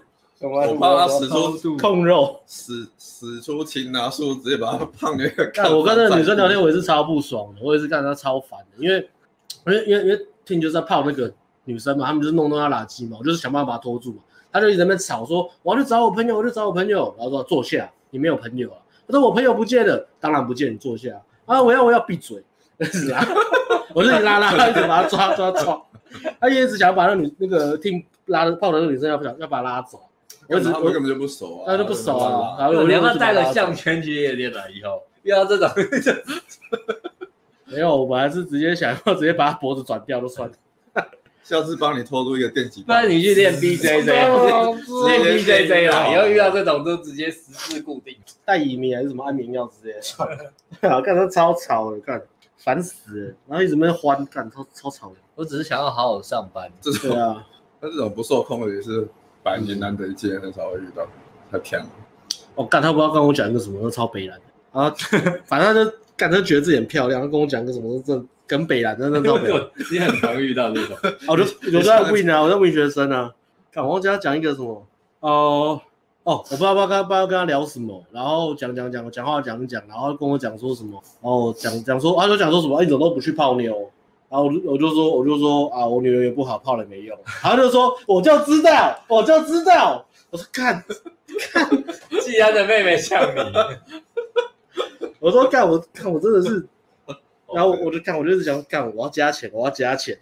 [SPEAKER 2] 我怕他使
[SPEAKER 3] 超
[SPEAKER 2] 出
[SPEAKER 3] 度
[SPEAKER 1] 控肉。
[SPEAKER 2] 使使出擒拿术，直接把他胖那个。
[SPEAKER 1] 但我跟那个女生聊天，我也是超不爽的，我也是干她超烦的，因为因为因为因为听就是在泡那个女生嘛，他们就是弄弄她垃圾嘛，我就是想办法把她拖住嘛。他就一直在那边吵说，我要去找我朋友，我要去找我朋友，然后说坐下，你没有朋友啊。他说我朋友不见了，当然不见，你坐下啊，我要我要闭嘴， 是啊，我就一直拉拉，一直把他抓抓抓，他也一直想把那女那个听拉的泡的那个女生要不要要把他拉走，我一直
[SPEAKER 2] 他们
[SPEAKER 1] 我
[SPEAKER 2] 根本就不熟啊，
[SPEAKER 1] 他就不熟啊，然后我就
[SPEAKER 3] 你要不
[SPEAKER 1] 一
[SPEAKER 3] 要
[SPEAKER 1] 直
[SPEAKER 3] 带
[SPEAKER 1] 把她
[SPEAKER 3] 着
[SPEAKER 1] 拉走
[SPEAKER 3] 项圈去夜店了？以后遇到这种，
[SPEAKER 1] 没有，我本来是直接想要直接把他脖子转掉就算了。
[SPEAKER 2] 下次帮你偷渡一个电击
[SPEAKER 3] 不然你去练 BJJ，练啊 BJJ 啊啦，以后遇到这种就直接十字固定。
[SPEAKER 1] 带乙醚还是什么安眠药之类 的。对啊，干他超吵的，干烦死了。然后一直在那边欢，干超超吵的。
[SPEAKER 3] 我只是想要好好上班，
[SPEAKER 2] 这
[SPEAKER 1] 对
[SPEAKER 2] 种
[SPEAKER 1] 啊，
[SPEAKER 2] 那这种不受控的也是百年难得一见，很少会遇到，太甜了。
[SPEAKER 1] 我、哦干他不知道跟我讲一个什么，超北蓝的啊。反正他就干他觉得自己很漂亮，他跟我讲个什么，这跟北蓝真的超北蓝。
[SPEAKER 3] 你很常遇到这种。
[SPEAKER 1] 啊我就我就在问啊，我在问学生啊，干我忘记他讲一个什么哦。哦，我不知道不知道跟他不知道跟他聊什么，然后讲讲讲讲话讲一讲，然后跟我讲说什么，然后讲讲说，他就讲说什么，哎你怎么都不去泡妞？然后我就我就说我就说啊，我女儿也不好，泡了没用。然后就说我就知道，我就知道。我说干，
[SPEAKER 3] 既然的妹妹像你，
[SPEAKER 1] 我说干，我看我真的是，然后我就干，我就是想干，我要加钱，我要加钱，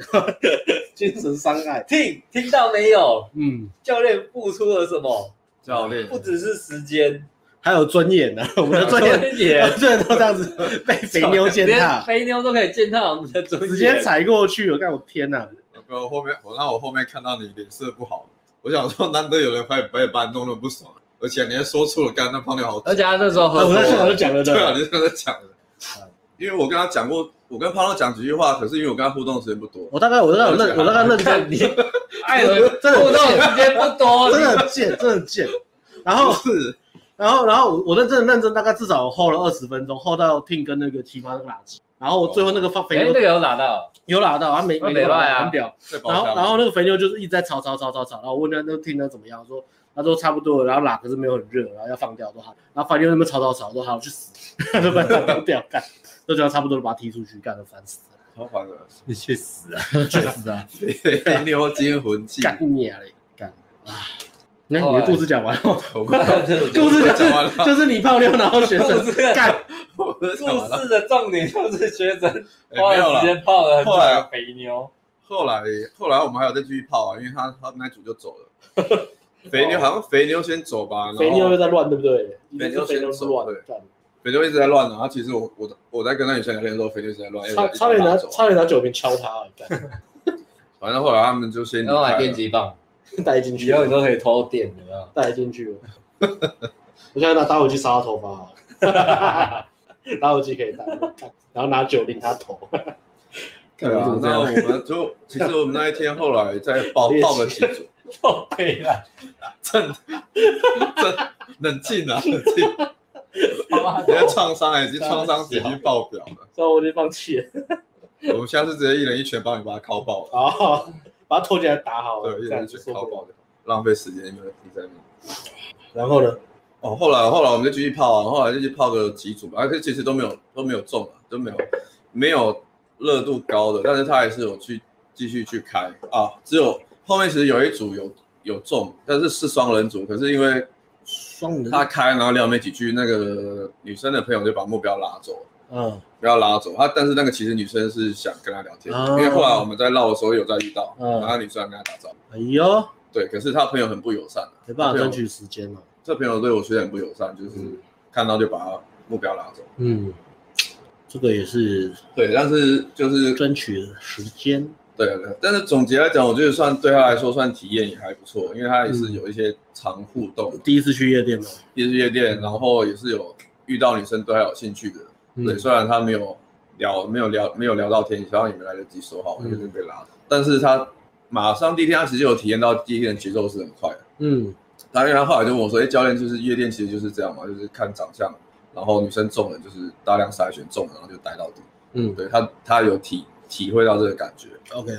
[SPEAKER 1] 精神伤害。
[SPEAKER 3] 听听到没有？
[SPEAKER 1] 嗯，
[SPEAKER 3] 教练付出了什么？
[SPEAKER 2] 教练
[SPEAKER 3] 不只是时间，
[SPEAKER 1] 还有尊严呢、我 们的尊严
[SPEAKER 3] 也
[SPEAKER 1] 对，都这样子被肥妞践
[SPEAKER 3] 连
[SPEAKER 1] 踏，
[SPEAKER 3] 肥妞都可以践踏我们的尊严。
[SPEAKER 1] 直接踩过去，我看我天哪、
[SPEAKER 2] 哥，我后面我让我后面看到你脸色不好，我想说难得有人把把你把你弄得不爽，而且你还说出了干那胖妞好，
[SPEAKER 3] 而且他那时候
[SPEAKER 1] 啊！
[SPEAKER 3] 喝
[SPEAKER 1] 我
[SPEAKER 3] 多
[SPEAKER 1] 在现场
[SPEAKER 3] 了，
[SPEAKER 1] 就讲了
[SPEAKER 2] 对啊，
[SPEAKER 1] 的，
[SPEAKER 2] 你这样在讲的，因为我跟他讲过我跟胖豆讲几句话，可是因为我跟他互动的时间不多，
[SPEAKER 1] 我大概我大概有
[SPEAKER 3] 啊
[SPEAKER 1] 认我大概认真，你
[SPEAKER 3] 艾伦
[SPEAKER 1] 真的
[SPEAKER 3] 哎互动时间不多，
[SPEAKER 1] 真的很贱，真的很贱。然后
[SPEAKER 2] 是
[SPEAKER 1] 然后然后我我认真的认真，大概至少候了二十分钟，候到 Ting 跟那个提妈那个垃圾。然后最后那个放肥
[SPEAKER 3] 哎，
[SPEAKER 1] 妞
[SPEAKER 3] 那个有拿到，
[SPEAKER 1] 有拿到，他没
[SPEAKER 3] 那
[SPEAKER 1] 没
[SPEAKER 3] 没
[SPEAKER 1] 拿到
[SPEAKER 3] 赖啊
[SPEAKER 1] 很屌。
[SPEAKER 2] 在包
[SPEAKER 1] 然后
[SPEAKER 2] 厢
[SPEAKER 1] 然后那个肥妞就是一直在吵吵吵吵吵，然后我问他那听他怎么样，说他说差不多了，然后喇可是没有很热，然后要放掉，都好，然后肥妞那边吵吵吵，都好去死， 都把他放掉干，都觉得差不多了，把他踢出去，干的烦死了，
[SPEAKER 2] 超烦的，
[SPEAKER 3] 你去死啊！
[SPEAKER 1] 确实啊，
[SPEAKER 2] 被妞惊魂记，
[SPEAKER 1] 干你啊嘞，干啊！那你的故事讲完 了，
[SPEAKER 2] 我快
[SPEAKER 1] 故事就
[SPEAKER 2] 讲完
[SPEAKER 1] 是
[SPEAKER 2] 了
[SPEAKER 1] 就是你泡妞，然后学生
[SPEAKER 3] 故事
[SPEAKER 1] 干，
[SPEAKER 2] 我都讲完
[SPEAKER 3] 故
[SPEAKER 2] 了，
[SPEAKER 3] 事的重点就是学生
[SPEAKER 2] 哎
[SPEAKER 3] 花
[SPEAKER 2] 没有
[SPEAKER 3] 了时
[SPEAKER 2] 了。
[SPEAKER 3] 间泡了很久
[SPEAKER 2] 后来
[SPEAKER 3] 的肥妞，
[SPEAKER 2] 后来后来我们还有再继续泡啊，因为他他那组就走了。 肥妞好像肥妞先走吧，然后
[SPEAKER 1] 哦肥妞又在乱，对不对？
[SPEAKER 2] 肥妞
[SPEAKER 1] 肥妞是乱
[SPEAKER 2] 先走，
[SPEAKER 1] 干
[SPEAKER 2] 肥妞一直在乱啊。然后其实我我我在跟那女生聊天的时候，肥妞一直在乱，哎
[SPEAKER 1] 差
[SPEAKER 2] 一直
[SPEAKER 1] 差点
[SPEAKER 2] 把
[SPEAKER 1] 拿
[SPEAKER 2] 她走啊
[SPEAKER 1] 差点拿酒瓶敲他，干
[SPEAKER 2] 反正后来他们就先离
[SPEAKER 3] 然后
[SPEAKER 2] 开
[SPEAKER 3] 买
[SPEAKER 2] 了
[SPEAKER 3] 电击棒，
[SPEAKER 1] 带进去
[SPEAKER 3] 以。后你都可以偷电，你知道吗？
[SPEAKER 1] 带进去了。 我现在拿打火机烧他头发好了， 打火机可以打，然后拿酒淋他头。
[SPEAKER 2] 对啊，那我们就其实我们那一天后来再抱
[SPEAKER 1] 猎奇
[SPEAKER 2] 抱了几 组，
[SPEAKER 1] 哦
[SPEAKER 3] 偷对了，
[SPEAKER 2] 冷静 啊，冷静，
[SPEAKER 3] 好吧
[SPEAKER 2] 人家创伤欸已经创伤已经爆表了，
[SPEAKER 1] 所以我就放弃了。
[SPEAKER 2] 我们下次直接一人一拳帮你把他铐爆了，
[SPEAKER 1] 然后哦把他头起来打好了，
[SPEAKER 2] 对，一
[SPEAKER 1] 这
[SPEAKER 2] 人
[SPEAKER 1] 样
[SPEAKER 2] 一
[SPEAKER 1] 就
[SPEAKER 2] 拳
[SPEAKER 1] 受
[SPEAKER 2] 铐
[SPEAKER 1] 不了。
[SPEAKER 2] 爆就好，浪费时间，因为你在那边。
[SPEAKER 1] 然后呢？
[SPEAKER 2] 哦，后来后来我们就继续泡啊，后来就去泡个几组吧，而且其实都没有都没有中啊，都没有没有热度高的，但是他还是有去继续去开啊。只有后面其实有一组有有中，但是是双人组，可是因为
[SPEAKER 1] 双人
[SPEAKER 2] 他开然后聊没几句，那个女生的朋友就把目标拉走了。
[SPEAKER 1] 嗯
[SPEAKER 2] 不要拉走啊他，但是那个其实女生是想跟他聊天，
[SPEAKER 1] 哦
[SPEAKER 2] 因为后来我们在绕的时候有在遇到，
[SPEAKER 1] 嗯
[SPEAKER 2] 然后女生还跟他打招呼，
[SPEAKER 1] 哎呦，
[SPEAKER 2] 对，可是他朋友很不友善、啊，
[SPEAKER 1] 没办法争取时间了。
[SPEAKER 2] 这朋友对我学姐很不友善，就是看到就把他目标拉走。
[SPEAKER 1] 嗯，这个也是
[SPEAKER 2] 对，但是就是
[SPEAKER 1] 争取时间。
[SPEAKER 2] 对，但是总结来讲，我觉得算对他来说算体验也还不错，因为他也是有一些常互动，
[SPEAKER 1] 第一次去夜店嘛，
[SPEAKER 2] 也是夜店，然后也是有遇到女生对他有兴趣的。
[SPEAKER 1] 嗯
[SPEAKER 2] 对，虽然他没有聊，没有聊，没有聊到天，然后也没来得及说好，
[SPEAKER 1] 嗯
[SPEAKER 2] 就是被拉。但是他马上第一天，他其实有体验到第一天的节奏是很快的。
[SPEAKER 1] 嗯，
[SPEAKER 2] 他因为他后来就问我说：“哎、教练，就是夜店其实就是这样嘛，就是看长相，然后女生中了就是大量筛选中了，然后就待到底。”
[SPEAKER 1] 嗯
[SPEAKER 2] 对他他有体体会到这个感觉。
[SPEAKER 1] ，OK，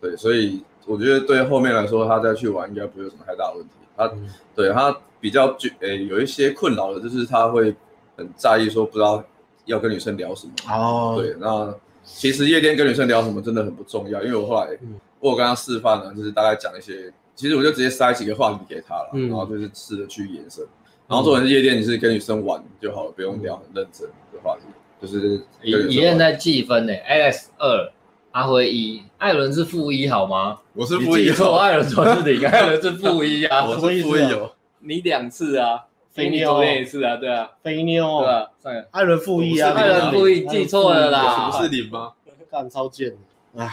[SPEAKER 2] 对，所以我觉得对后面来说，他再去玩应该不会有什么太大问题。他、
[SPEAKER 1] 嗯
[SPEAKER 2] 对他比较具诶、有一些困扰的，就是他会很在意说不知道要跟女生聊什么。
[SPEAKER 1] 哦，
[SPEAKER 2] 对，那其实夜店跟女生聊什么真的很不重要，因为我后来、
[SPEAKER 1] 嗯
[SPEAKER 2] 我有跟他示范了，就是大概讲一些，其实我就直接塞几个话题给他了，
[SPEAKER 1] 嗯
[SPEAKER 2] 然后就是试着去延伸。然后做成夜店，你是跟女生玩就好了，不用聊很认真的话题，就是
[SPEAKER 3] 一
[SPEAKER 2] 跟女
[SPEAKER 3] 一
[SPEAKER 2] 生
[SPEAKER 3] 任
[SPEAKER 2] 玩
[SPEAKER 3] 在计分呢，Alex 二，阿辉一，艾伦是负一好吗？
[SPEAKER 2] 我是
[SPEAKER 3] 你
[SPEAKER 2] 不一
[SPEAKER 3] 记错，
[SPEAKER 2] 样，
[SPEAKER 3] 艾伦说是零，艾伦是负一啊
[SPEAKER 2] 我，
[SPEAKER 1] 什么意
[SPEAKER 2] 是
[SPEAKER 1] 思啊
[SPEAKER 2] 不一有。
[SPEAKER 3] 你两次啊，
[SPEAKER 1] 肥
[SPEAKER 3] 你
[SPEAKER 1] 妞
[SPEAKER 3] 昨天一次啊，对啊，
[SPEAKER 1] 肥妞
[SPEAKER 3] 对，啊，上一
[SPEAKER 1] 艾伦复议啊，
[SPEAKER 2] 艾伦
[SPEAKER 3] 复议记错了啦
[SPEAKER 1] 艾伦复议
[SPEAKER 2] 不是零吗？
[SPEAKER 1] 干超贱的，哎，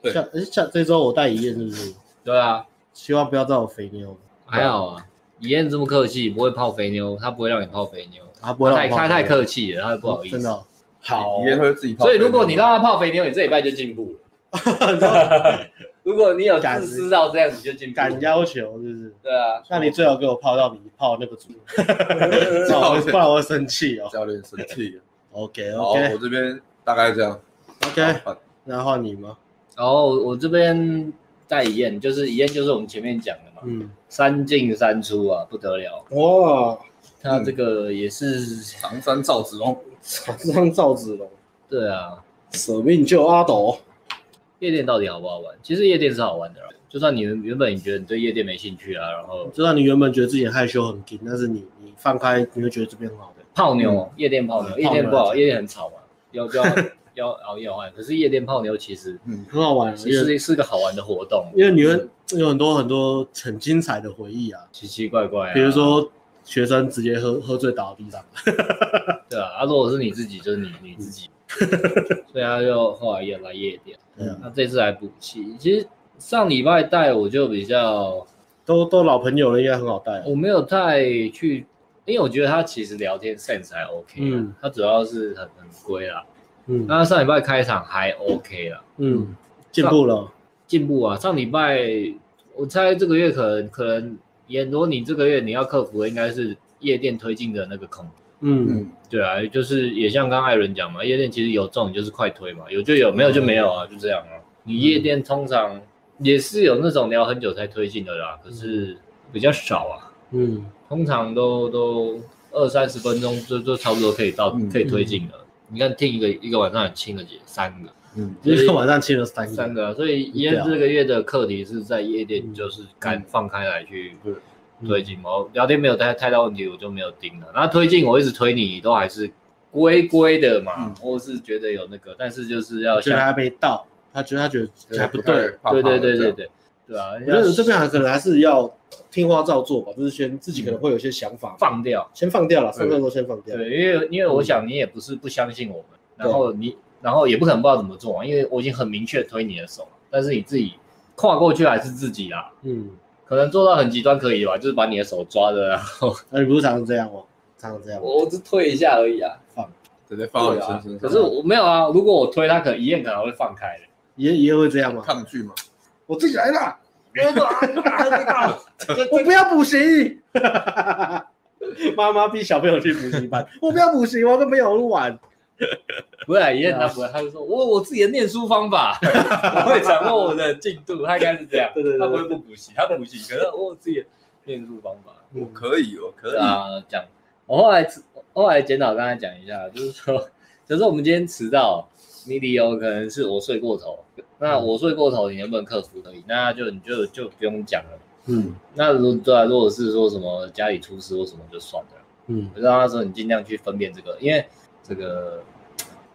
[SPEAKER 2] 对
[SPEAKER 1] 下下这周我带一燕是不是？
[SPEAKER 3] 对啊，
[SPEAKER 1] 希望不要再有肥妞，
[SPEAKER 3] 还好啊，以燕这么客气，不会泡肥妞，他不会让你泡肥妞，
[SPEAKER 1] 他啊不会
[SPEAKER 3] 他
[SPEAKER 1] 让
[SPEAKER 3] 太
[SPEAKER 1] 我
[SPEAKER 3] 他
[SPEAKER 1] 放
[SPEAKER 3] 太
[SPEAKER 1] 过
[SPEAKER 3] 客气了，他会不好意思，
[SPEAKER 1] 真的哦好
[SPEAKER 2] 你也会自己泡。
[SPEAKER 3] 所以如果你让他泡肥妞，你这礼拜就进步了。如果你有自私到这样，你就进步
[SPEAKER 1] 敢
[SPEAKER 3] 了。
[SPEAKER 1] 要求是不是？
[SPEAKER 3] 对啊，
[SPEAKER 1] 那你最好给我泡到你泡那个 猪，不然我不然我会生气哦。
[SPEAKER 2] 教练生气，
[SPEAKER 1] OK
[SPEAKER 2] 好，
[SPEAKER 1] OK
[SPEAKER 2] 我这边大概这样。
[SPEAKER 1] OK，
[SPEAKER 2] 好
[SPEAKER 1] 那换你吗？
[SPEAKER 3] 然后哦我这边在以燕，就是以燕，就是我们前面讲的嘛，
[SPEAKER 1] 嗯，
[SPEAKER 3] 三进三出啊，不得了。
[SPEAKER 1] 哇，
[SPEAKER 3] 他这个也是，
[SPEAKER 2] 唐山赵子哦龙，
[SPEAKER 1] 床上赵子龙，
[SPEAKER 3] 对啊，
[SPEAKER 1] 舍命救阿斗，
[SPEAKER 3] 夜店到底好不好玩？其实夜店是好玩的啦，就算你原本你觉得你对夜店没兴趣啊，然后
[SPEAKER 1] 就算你原本觉得自己很害羞很 gay，但是你你放开，你会觉得这边很好的。
[SPEAKER 3] 泡妞，夜店泡妞，
[SPEAKER 1] 嗯
[SPEAKER 3] 夜店不
[SPEAKER 1] 泡
[SPEAKER 3] 好，
[SPEAKER 1] 妞
[SPEAKER 3] 夜店很吵嘛，要要要熬夜玩。可是夜店泡妞其实
[SPEAKER 1] 很好玩啊，
[SPEAKER 3] 其
[SPEAKER 1] 因为
[SPEAKER 3] 实是个好玩的活动，
[SPEAKER 1] 因为你会有很多很多很精彩的回忆啊，
[SPEAKER 3] 奇奇怪怪、啊。
[SPEAKER 1] 比如，说学生直接喝喝醉倒地上，
[SPEAKER 3] 对啊，啊，如果是你自己，就是你你自己。所以他就后来也来夜店，
[SPEAKER 1] 对啊，
[SPEAKER 3] 那这次来补气。其实上礼拜带我就比较，
[SPEAKER 1] 都都老朋友了，应该很好带啊。
[SPEAKER 3] 我没有太去，因为我觉得他其实聊天 sense 还 OK，、
[SPEAKER 1] 嗯
[SPEAKER 3] 他主要是很很龟啦。
[SPEAKER 1] 嗯
[SPEAKER 3] 那上礼拜开场还 OK 了，
[SPEAKER 1] 嗯，进步了，
[SPEAKER 3] 进步啊。上礼拜我猜这个月可能可能，也如果你这个月你要克服的应该是夜店推进的那个空。
[SPEAKER 1] 嗯
[SPEAKER 3] 对啊，就是也像刚刚艾伦讲嘛，夜店其实有这种就是快推嘛，有就有，没有就没有啊，就这样啊。你夜店通常也是有那种聊很久才推进的啦，可是比较少啊。
[SPEAKER 1] 嗯
[SPEAKER 3] 通常都都二三十分钟就就差不多可以到、
[SPEAKER 2] 嗯
[SPEAKER 3] 可以推进了。你看听一个一个晚上也清了几三个
[SPEAKER 2] 嗯，
[SPEAKER 1] 今天晚上清了三
[SPEAKER 3] 三
[SPEAKER 1] 个，
[SPEAKER 3] 个啊，所以一燕这个月的课题是在夜店就是敢放开来去
[SPEAKER 1] 嗯
[SPEAKER 2] 对
[SPEAKER 3] 推进嘛。我聊天没有太太大问题，我就没有盯了。那推进我一直推你，都还是规规的嘛
[SPEAKER 2] 嗯，
[SPEAKER 3] 我是觉得有那个，但是就是要
[SPEAKER 1] 觉得
[SPEAKER 3] 像
[SPEAKER 1] 还没到，他觉得他觉得还不对，，
[SPEAKER 3] 对对对对，对对啊，
[SPEAKER 1] 我觉
[SPEAKER 3] 要
[SPEAKER 1] 得这边还可能还是要听话照做吧，就是先自己可能会有一些想法，
[SPEAKER 3] 放掉。
[SPEAKER 1] 先放掉了，上课的时候先放掉，
[SPEAKER 3] 对，因为因为我想你也不是不相信我们，然后你然后也不可能不知道怎么做啊嘛，因为我已经很明确推你的手了，但是你自己跨过去还是自己啦，
[SPEAKER 1] 嗯，
[SPEAKER 3] 可能做到很极端可以吧，就是把你的手抓着，然啊后
[SPEAKER 1] 那你不是常常这样吗？常常这样吗，
[SPEAKER 3] 我只推一下而已啊。
[SPEAKER 2] 直接放到
[SPEAKER 3] 对
[SPEAKER 2] 你
[SPEAKER 3] 啊
[SPEAKER 2] 身身
[SPEAKER 3] 可
[SPEAKER 2] 上，
[SPEAKER 3] 是我没有啊，如果我推他，可能一燕可能会放开的。
[SPEAKER 1] 爷爷会这样吗？
[SPEAKER 2] 抗拒嘛，
[SPEAKER 1] 我自己来啦，
[SPEAKER 5] 这
[SPEAKER 1] 我不要补习。 妈妈逼小朋友去补习班， 我不要补习，我要跟朋友玩。
[SPEAKER 3] 不是一燕他不会，他就说我有我自己的念书方 法，我会掌握我的进度，他应该是这样，
[SPEAKER 1] 对对对
[SPEAKER 3] 他不会不补习，他补习，可是我有自己的念书方法。
[SPEAKER 2] 我可以，我可
[SPEAKER 3] 对
[SPEAKER 2] 以，
[SPEAKER 3] 啊，讲，我后来后来检讨，刚才讲一下，就是说，就是我们今天迟到，你理由可能是我睡过头，那我睡过头，你能不能克服可以？那就你就就不用讲了。
[SPEAKER 1] 嗯
[SPEAKER 3] 那如对啊，如果是说什么家里出事或什么就算了，
[SPEAKER 1] 嗯
[SPEAKER 3] 我就让他说你尽量去分辨这个，因为这个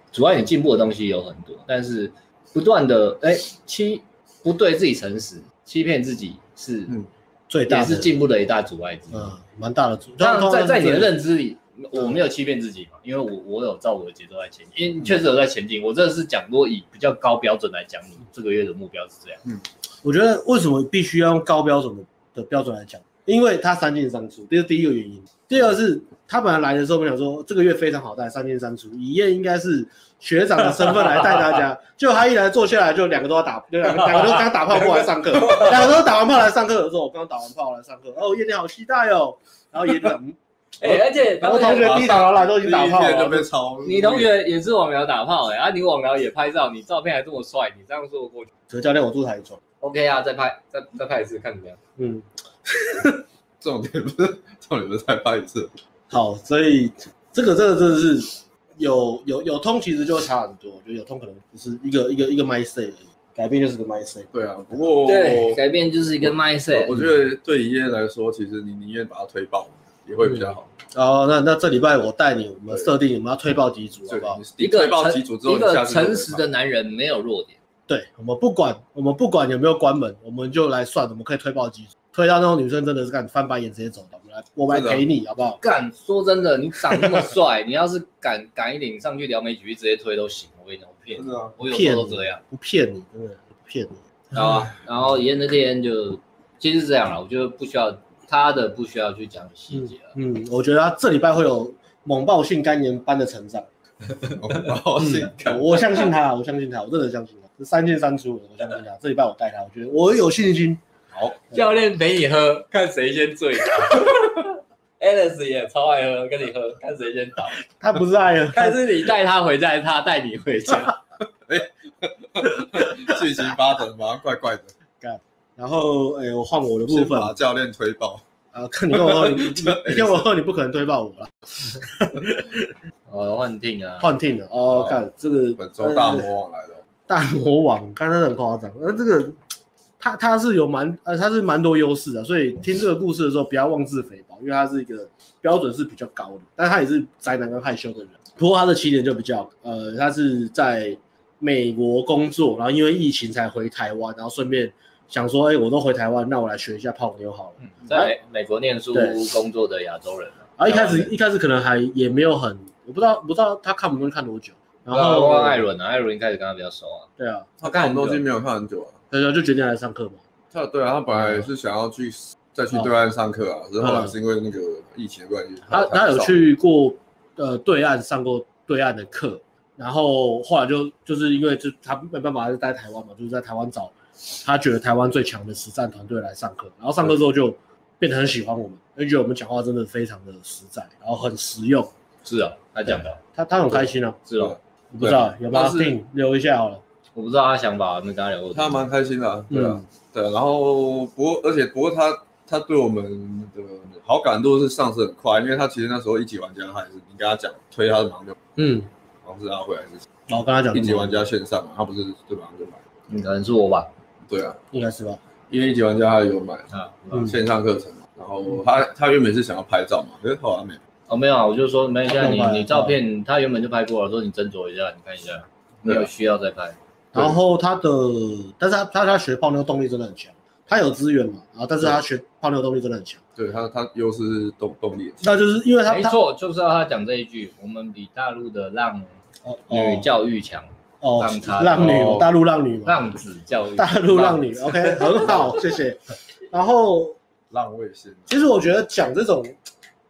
[SPEAKER 3] 阻碍你进步的东西有很多，但是不断的哎欺不对自己诚实，欺骗自己是、
[SPEAKER 2] 嗯
[SPEAKER 1] 最大
[SPEAKER 3] 也
[SPEAKER 1] 的
[SPEAKER 3] 是进步的一大阻碍之一。
[SPEAKER 1] 嗯，蛮大的主。
[SPEAKER 3] 当然，在在你的
[SPEAKER 1] 认
[SPEAKER 3] 认知里，我没有欺骗自己嘛，因为我我有照我的节奏在前进，因为确实有在前进。我这是讲，如果以比较高标准来讲，你这个月的目标是这样。
[SPEAKER 1] 我觉得为什么必须要用高标准的的标准来讲？因为他三进三出，这是第一个原因。第二是他本来来的时候，我们想说这个月非常好带，三进三出，以燕应该是学长的身份来带大 家，就他一来坐下来就两个都要打，就两个两个都刚打炮过来上课，两个都打完炮来上课的时候，我刚打完炮来上课，哦，燕你好期待哦，然后也就嗯
[SPEAKER 3] 哎、而且
[SPEAKER 1] 我同学第一场来都已经打炮
[SPEAKER 2] 第一天就
[SPEAKER 1] 了，
[SPEAKER 2] 被抄，
[SPEAKER 3] 啊你同学也是网聊打炮哎、啊，你网聊也拍照，你照片还这么帅，你这样说过去
[SPEAKER 1] 可是教练我住台中，
[SPEAKER 3] OK 啊？再拍再再拍一次看怎么样？
[SPEAKER 1] 嗯，
[SPEAKER 2] 重点不是重点不是再拍一次，
[SPEAKER 1] 好，所以这个这个真的是有有有通，其实就差很多。我觉得有通可能只是一个一个一个 mindset 而已，改变就是个 mindset。
[SPEAKER 2] 对啊，不过
[SPEAKER 3] 对，改变就是一个
[SPEAKER 2] 我
[SPEAKER 3] mindset。
[SPEAKER 2] 觉得对爷爷来说，其实你宁愿把它推爆，也会比较好。
[SPEAKER 1] 哦，那那这礼拜我带你，我们设定我们要推爆几组，好
[SPEAKER 2] 对
[SPEAKER 1] 不好？，
[SPEAKER 2] 你
[SPEAKER 3] 嗯一个
[SPEAKER 2] 推爆
[SPEAKER 3] 诚
[SPEAKER 2] 几组之后，
[SPEAKER 3] 一
[SPEAKER 2] 你
[SPEAKER 3] 个
[SPEAKER 2] 下次就可以
[SPEAKER 3] 诚实的男人没有弱点。
[SPEAKER 1] 对，我们不管我们不管有没有关门，我们就来算，我们可以推爆几组，推到那种女生真的是敢翻白眼直接走的，我们来我们来陪你，好不好？
[SPEAKER 3] 干，说真的，你长那么帅， 你要是敢敢一领上去撩妹局直接推都行，我跟你讲，我骗
[SPEAKER 2] 爆，
[SPEAKER 3] 你，
[SPEAKER 2] 真的啊，
[SPEAKER 3] 我有时
[SPEAKER 1] 骗
[SPEAKER 3] 候
[SPEAKER 1] 你
[SPEAKER 3] 都这样。，
[SPEAKER 1] 不骗你，真的不骗你。
[SPEAKER 3] 然后然后爷那天就其实是这样了，我觉得不需要他的不需要去讲细节了。
[SPEAKER 1] 嗯，我觉得他这礼拜会有猛爆性肝炎般的成长。
[SPEAKER 2] 然后 哦是
[SPEAKER 3] 嗯
[SPEAKER 1] 我嗯我相信他，我相信他，我真的相信他，三进三出，我相信他。这礼拜我带他，我觉得我有信心。
[SPEAKER 3] 嗯教练陪你喝，看谁先醉 倒。Alice 也超爱喝，跟你喝，看谁先 倒。
[SPEAKER 1] 他不是爱了，
[SPEAKER 3] 看是你带他回家，还是他带你回家。
[SPEAKER 2] 剧情发展嘛，怪怪的，
[SPEAKER 1] 然后哎、我换我的部
[SPEAKER 2] 先
[SPEAKER 1] 分
[SPEAKER 2] 把教练推爆，
[SPEAKER 1] 啊，看你跟我 喝，你你跟我喝，你不可能推爆我了，
[SPEAKER 3] 哦，幻听啊，
[SPEAKER 1] 换 team 了哦。看这个呃
[SPEAKER 2] 本周大魔王来哦了，
[SPEAKER 1] 大魔王，看他很夸张，呃那这个他他是有蛮呃他是蛮多优势的，所以听这个故事的时候不要妄自菲薄，因为他是一个标准是比较高的，但他也是宅男跟害羞的人。不过他的起点就比较呃，他是在美国工作，然后因为疫情才回台湾，然后顺便想说，哎、我都回台湾，那我来学一下泡妞好了。
[SPEAKER 3] 嗯在美美国念书
[SPEAKER 1] 对
[SPEAKER 3] 工作的亚洲人啊。
[SPEAKER 1] 然后一开始一开始可能还也没有很，我不知道不知道他看不能看多久，然
[SPEAKER 3] 然后
[SPEAKER 1] 后
[SPEAKER 3] 问艾伦啊，艾伦一开始跟他比较熟啊。
[SPEAKER 1] 对啊，
[SPEAKER 2] 他看我们东西没有看很久啊，
[SPEAKER 1] 所以就决定来上课嘛。
[SPEAKER 2] 他对啊，他本来是想要去再去对岸上课啊，可是后来是因为那嗯个疫情的关系，
[SPEAKER 1] 他他有去过呃对岸上过对岸的课，然后后来就就是因为就他没办法还是待台湾嘛，就是在台湾找他觉得台湾最强的实战团队来上课，然后上课之后就变得很喜欢我们，而且我们讲话真的非常的实在，然后很实用，
[SPEAKER 3] 是啊，他讲的
[SPEAKER 1] 他他很开心啊，
[SPEAKER 3] 是哦，
[SPEAKER 1] 我不知道有没有
[SPEAKER 2] 但是
[SPEAKER 1] 定留一下好了，
[SPEAKER 3] 我不知道他想法，没跟他聊过。
[SPEAKER 2] 他蛮开心的、啊，对啊，对啊。然后不过，而且不过他他对我们的好感度是上升很快，因为他其实那时候一级玩家他也是，你跟他讲推他的马上就，
[SPEAKER 1] 嗯，
[SPEAKER 2] 好像是他回来是
[SPEAKER 1] 然后跟他讲
[SPEAKER 2] 一级玩家线上嘛，他不是对马上就买，
[SPEAKER 3] 嗯可能是我吧，
[SPEAKER 2] 对啊，
[SPEAKER 1] 应该是吧，
[SPEAKER 2] 因为一级玩家他有买
[SPEAKER 3] 啊，
[SPEAKER 1] 嗯
[SPEAKER 2] 线上课程嘛，然后他他原本是想要拍照嘛，可是后来没有，
[SPEAKER 3] 哦没有啊，我就说没有，现在
[SPEAKER 1] 他不
[SPEAKER 3] 你
[SPEAKER 1] 用拍
[SPEAKER 3] 你照片他原本就拍过了，说你斟酌一下，你看一下，你
[SPEAKER 2] 对啊
[SPEAKER 3] 有需要再拍。
[SPEAKER 2] 对
[SPEAKER 1] 然后他的，但是他他他学泡妞动力真的很强，他有资源嘛，然后但是他学泡妞动力真的很强，
[SPEAKER 2] 对他他优势动动力，
[SPEAKER 1] 那就是因为他
[SPEAKER 3] 没
[SPEAKER 1] 他
[SPEAKER 3] 错，就是要他讲这一句，我们比大陆的浪
[SPEAKER 1] 哦
[SPEAKER 3] 女教育强，
[SPEAKER 1] 哦
[SPEAKER 3] 让他
[SPEAKER 1] 浪女
[SPEAKER 2] 哦
[SPEAKER 1] 大陆浪女嘛，
[SPEAKER 3] 浪子教育，
[SPEAKER 1] 大陆浪女，OK 很好，谢 谢。然后
[SPEAKER 2] 浪味仙，
[SPEAKER 1] 其实我觉得讲这种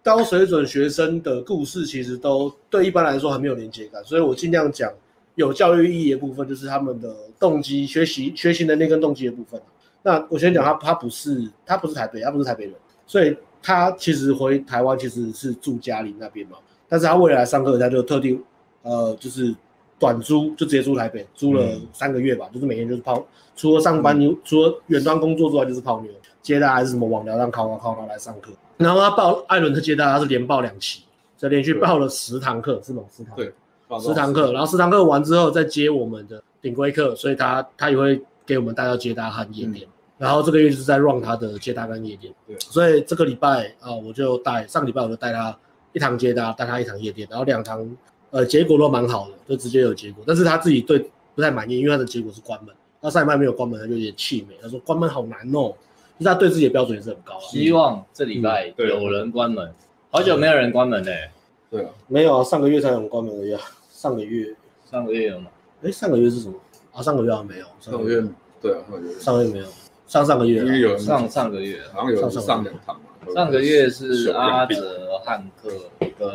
[SPEAKER 1] 高水准学生的故事，其实都对一般来说很没有连接感，所以我尽量讲有教育意义的部分，就是他们的动机、学习、学习能力跟动机的部分。那我先讲他，他不是他不是台北，他不是台北人，所以他其实回台湾其实是住家里那边嘛，但是他未来上课，他就特地呃就是短租，就直接租台北，租了三个月吧，就是每天就是泡，除了上班，你除了远端工作之外，就是泡妞，接待还是什么网聊上考考考，然后来上课。然后他报艾伦的接待，他是连报两期，就连续报了十堂课，是吗？十堂
[SPEAKER 2] 对
[SPEAKER 1] 十堂课，然后十堂课完之后再接我们的顶规课，所以他他也会给我们带到接搭和夜店。然后这个月就是在 run 他的接搭跟夜店，
[SPEAKER 2] 对
[SPEAKER 1] 所以这个礼拜啊、我就带上个礼拜我就带他一堂接搭，带他一堂夜店，然后两堂呃结果都蛮好的，就直接有结果，但是他自己对不太满意，因为他的结果是关门，他上礼拜没有关门，他就有点气馁，他说关门好难哦，就是他对自己的标准也是很高、啊，
[SPEAKER 3] 希望这礼拜
[SPEAKER 2] 对
[SPEAKER 3] 有人关门，好久没有人关门嘞、
[SPEAKER 2] 对啊，
[SPEAKER 1] 没有啊，上个月才有人关门而已啊，上个月，
[SPEAKER 3] 上个月有吗？
[SPEAKER 1] 哎，上个月是什么啊？上个月好像没有，上
[SPEAKER 2] 上
[SPEAKER 1] 个
[SPEAKER 2] 个
[SPEAKER 1] 月。
[SPEAKER 2] 月对啊，上个月
[SPEAKER 1] 嗯上个月没有，上上个月啊
[SPEAKER 2] 因为有人
[SPEAKER 3] 上上个月，啊
[SPEAKER 2] 好像有人上两堂嘛，
[SPEAKER 3] 上个月是阿哲、汉克跟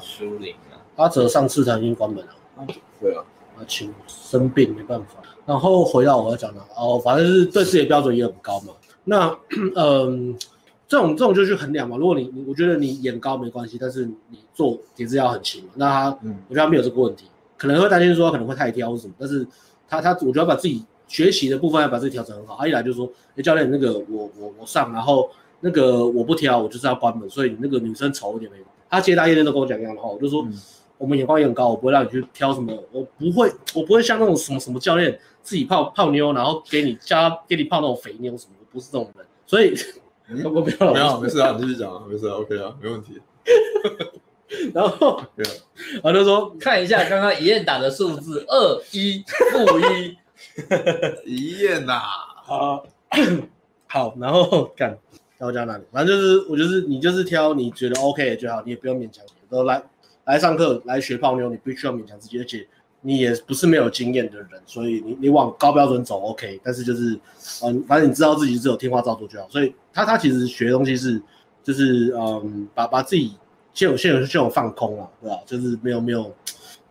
[SPEAKER 3] 舒林啊，
[SPEAKER 1] 阿哲上次他已经关门了，
[SPEAKER 2] 对啊，
[SPEAKER 1] 啊，请生病没办法。然后回到我要讲的，哦，反正就是对自己的标准也很高嘛。那 嗯、这种这种就是衡量嘛。如果你你我觉得你眼高没关系，但是你做也是要很勤嘛。那他
[SPEAKER 2] 嗯，
[SPEAKER 1] 我觉得他没有这个问题，可能会担心说他可能会太挑或什么，但是他他我觉得把自己学习的部分要把自己调整很好。他一来就说，哎、教练那个我我我上，然后那个我不挑，我就是要关门，所以你那个女生丑一点没有。他接待夜店都跟我讲一样的话，我就说、
[SPEAKER 2] 嗯
[SPEAKER 1] 我们眼光也很高，我不会让你去挑什么，我不会我不会像那种什么什么教练自己泡泡妞，然后给你加给你泡那种肥妞什么，我不是这种人，所以。
[SPEAKER 2] 嗯
[SPEAKER 1] 我没有，
[SPEAKER 2] 没有，没事啊，你继续讲啊，没事啊，OK 啊，没问题。
[SPEAKER 1] 然后
[SPEAKER 2] 对啊，
[SPEAKER 1] 我就说
[SPEAKER 3] 看一下刚刚一燕打的数字二一负一，
[SPEAKER 2] 一燕呐，
[SPEAKER 1] 好，好，然后 干，然后讲哪里？反正就是我就是你就是挑你觉得 OK 的就好，你也不用勉强。都来来上课来学泡妞，你必须要勉强自己，而且你也不是没有经验的人，所以你你往高标准走 OK，但是就是嗯，反正你知道自己只有听话照做就好。所以他他其实学东西是就是嗯，把把自己现有现有现有放空了，对吧？就是没有没有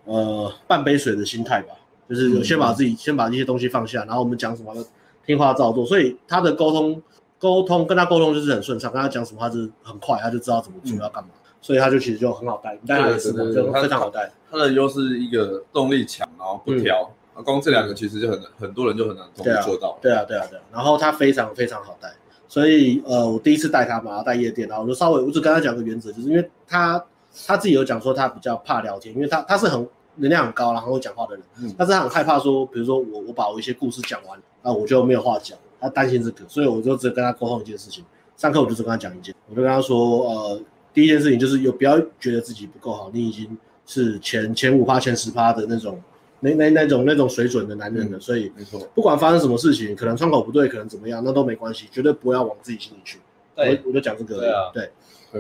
[SPEAKER 1] 呃半杯水的心态吧，就是有先把自己、先把这些东西放下，然后我们讲什么就听话照做。所以他的沟通沟通跟他沟通就是很顺畅，跟他讲什么他就是很快，他就知道怎么做要干嘛。所以他就其实就很好带，你带他也是嘛，
[SPEAKER 2] 嗯对对对
[SPEAKER 1] 就非常好带。
[SPEAKER 2] 他的优势一个动力强，然后不挑，啊光这两个其实就很很多人就很难
[SPEAKER 1] 嗯
[SPEAKER 2] 同
[SPEAKER 1] 对啊
[SPEAKER 2] 时做到。
[SPEAKER 1] 对啊，对啊，对啊。然后他非常非常好带，所以呃，我第一次带他嘛，然后带夜店，然后我就稍微我只跟他讲个原则，就是因为他他自己有讲说他比较怕聊天，因为他他是很能量很高，然后会讲话的人，
[SPEAKER 2] 嗯
[SPEAKER 1] 但是他很害怕说，比如说我我把我一些故事讲完，啊，我就没有话讲，他担心这个，所以我就只跟他沟通一件事情。上课我就只跟他讲一件，我就跟他说，呃，第一件事情就是有不要觉得自己不够好，你已经是前前五趴、前十趴的那种。那那那种那种水准的男人了，所以
[SPEAKER 2] 没错，
[SPEAKER 1] 不管发生什么事情，可能窗口不对，可能怎么样，那都没关系，绝对不要往自己心里去。
[SPEAKER 3] 对
[SPEAKER 1] 我我就讲这个而已。
[SPEAKER 3] 对啊
[SPEAKER 1] 对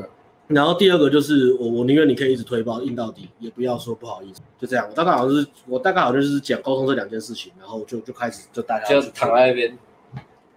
[SPEAKER 2] 对
[SPEAKER 1] 然后第二个就是我，我宁愿你可以一直推包硬到底，也不要说不好意思，就这样。我大概好像是我大概好像就是讲沟通这两件事情，然后就就开始就大家
[SPEAKER 4] 就
[SPEAKER 1] 去
[SPEAKER 4] 躺在那边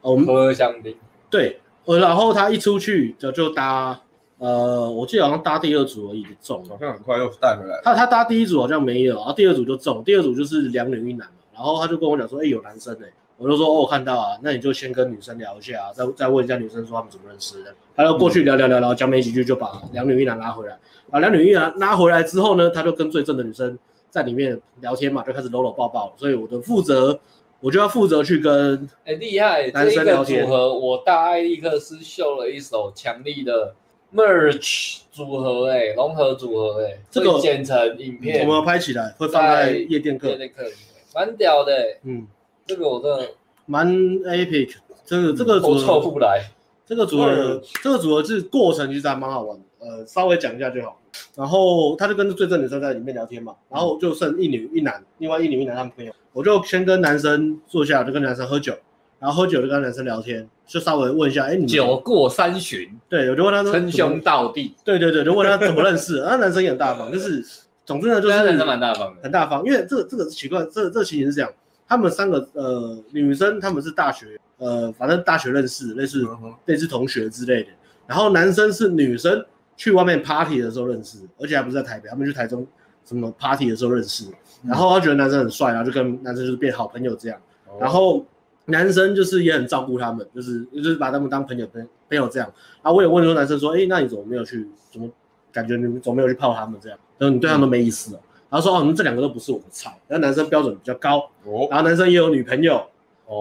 [SPEAKER 1] 哦我们
[SPEAKER 4] 喝香槟，
[SPEAKER 1] 对，呃，然后他一出去就就搭呃呃，我记得好像搭第二组而已就中了
[SPEAKER 2] 好。像很快又带回来了。
[SPEAKER 1] 他他搭第一组好像没有，然后第二组就中，第二组就是两女一男嘛。然后他就跟我讲说，哎、有男生哎、我就说哦，我看到啊，那你就先跟女生聊一下、啊，再再问一下女生说他们怎么认识的。他就过去聊聊聊聊，讲没几句就把两女一男拉回来，把两女一男拉回来之后呢，他就跟最正的女生在里面聊天嘛，就开始搂搂抱抱。所以我的负责，我就要负责去跟
[SPEAKER 3] 哎、厉害！
[SPEAKER 1] 男
[SPEAKER 3] 这一
[SPEAKER 1] 生
[SPEAKER 3] 个
[SPEAKER 1] 聊天
[SPEAKER 3] 组合，我大艾利克斯秀了一首强力的 merge 组合、哎，融合组合、哎，
[SPEAKER 1] 这个
[SPEAKER 3] 会剪成影片
[SPEAKER 1] 我，们拍起来，会放在夜店课
[SPEAKER 3] 对，那课蛮屌的、哎
[SPEAKER 1] 嗯，
[SPEAKER 3] 这个我真的
[SPEAKER 1] 蛮 epic。这个这个组
[SPEAKER 3] 我凑
[SPEAKER 1] 合，嗯
[SPEAKER 3] 不来。
[SPEAKER 1] 这个组合，这个组合是过程其实还蛮好玩的，呃，稍微讲一下就好。然后他就跟最正女生在里面聊天嘛，然后就剩一女一男，另外一女一男他们朋友，我就先跟男生坐下，就跟男生喝酒，然后喝酒就跟男生聊天，就稍微问一下，哎，你们
[SPEAKER 3] 酒过三巡，
[SPEAKER 1] 对，我就问他说
[SPEAKER 3] 称兄，道弟，
[SPEAKER 1] 对对对，就问他怎么认识，那男生也很大方，就是总之呢就
[SPEAKER 3] 这
[SPEAKER 1] 是
[SPEAKER 3] 啊男生蛮大方的。
[SPEAKER 1] 很大方，因为这这个奇怪，这这情形是这样，他们三个呃女生他们是大学呃反正大学认识，类
[SPEAKER 2] 嗯
[SPEAKER 1] 似类似同学之类的，然后男生是女生去外面 party 的时候认识，而且还不是在台北，他们去台中什么 party 的时候认识，然后他觉得男生很帅，然后就跟男生就是变好朋友这样，
[SPEAKER 2] 哦
[SPEAKER 1] 然后男生就是也很照顾他们，就是就是把他们当朋友朋友朋友这样，啊，我也问说男生说，哎、那你怎么没有去，怎么感觉你们怎么没有去泡他们这样？然后你对他们都没意思了。然后说哦，你们这两个都不是我的菜。然后男生标准比较高，
[SPEAKER 2] 哦，
[SPEAKER 1] 然后男生也有女朋友，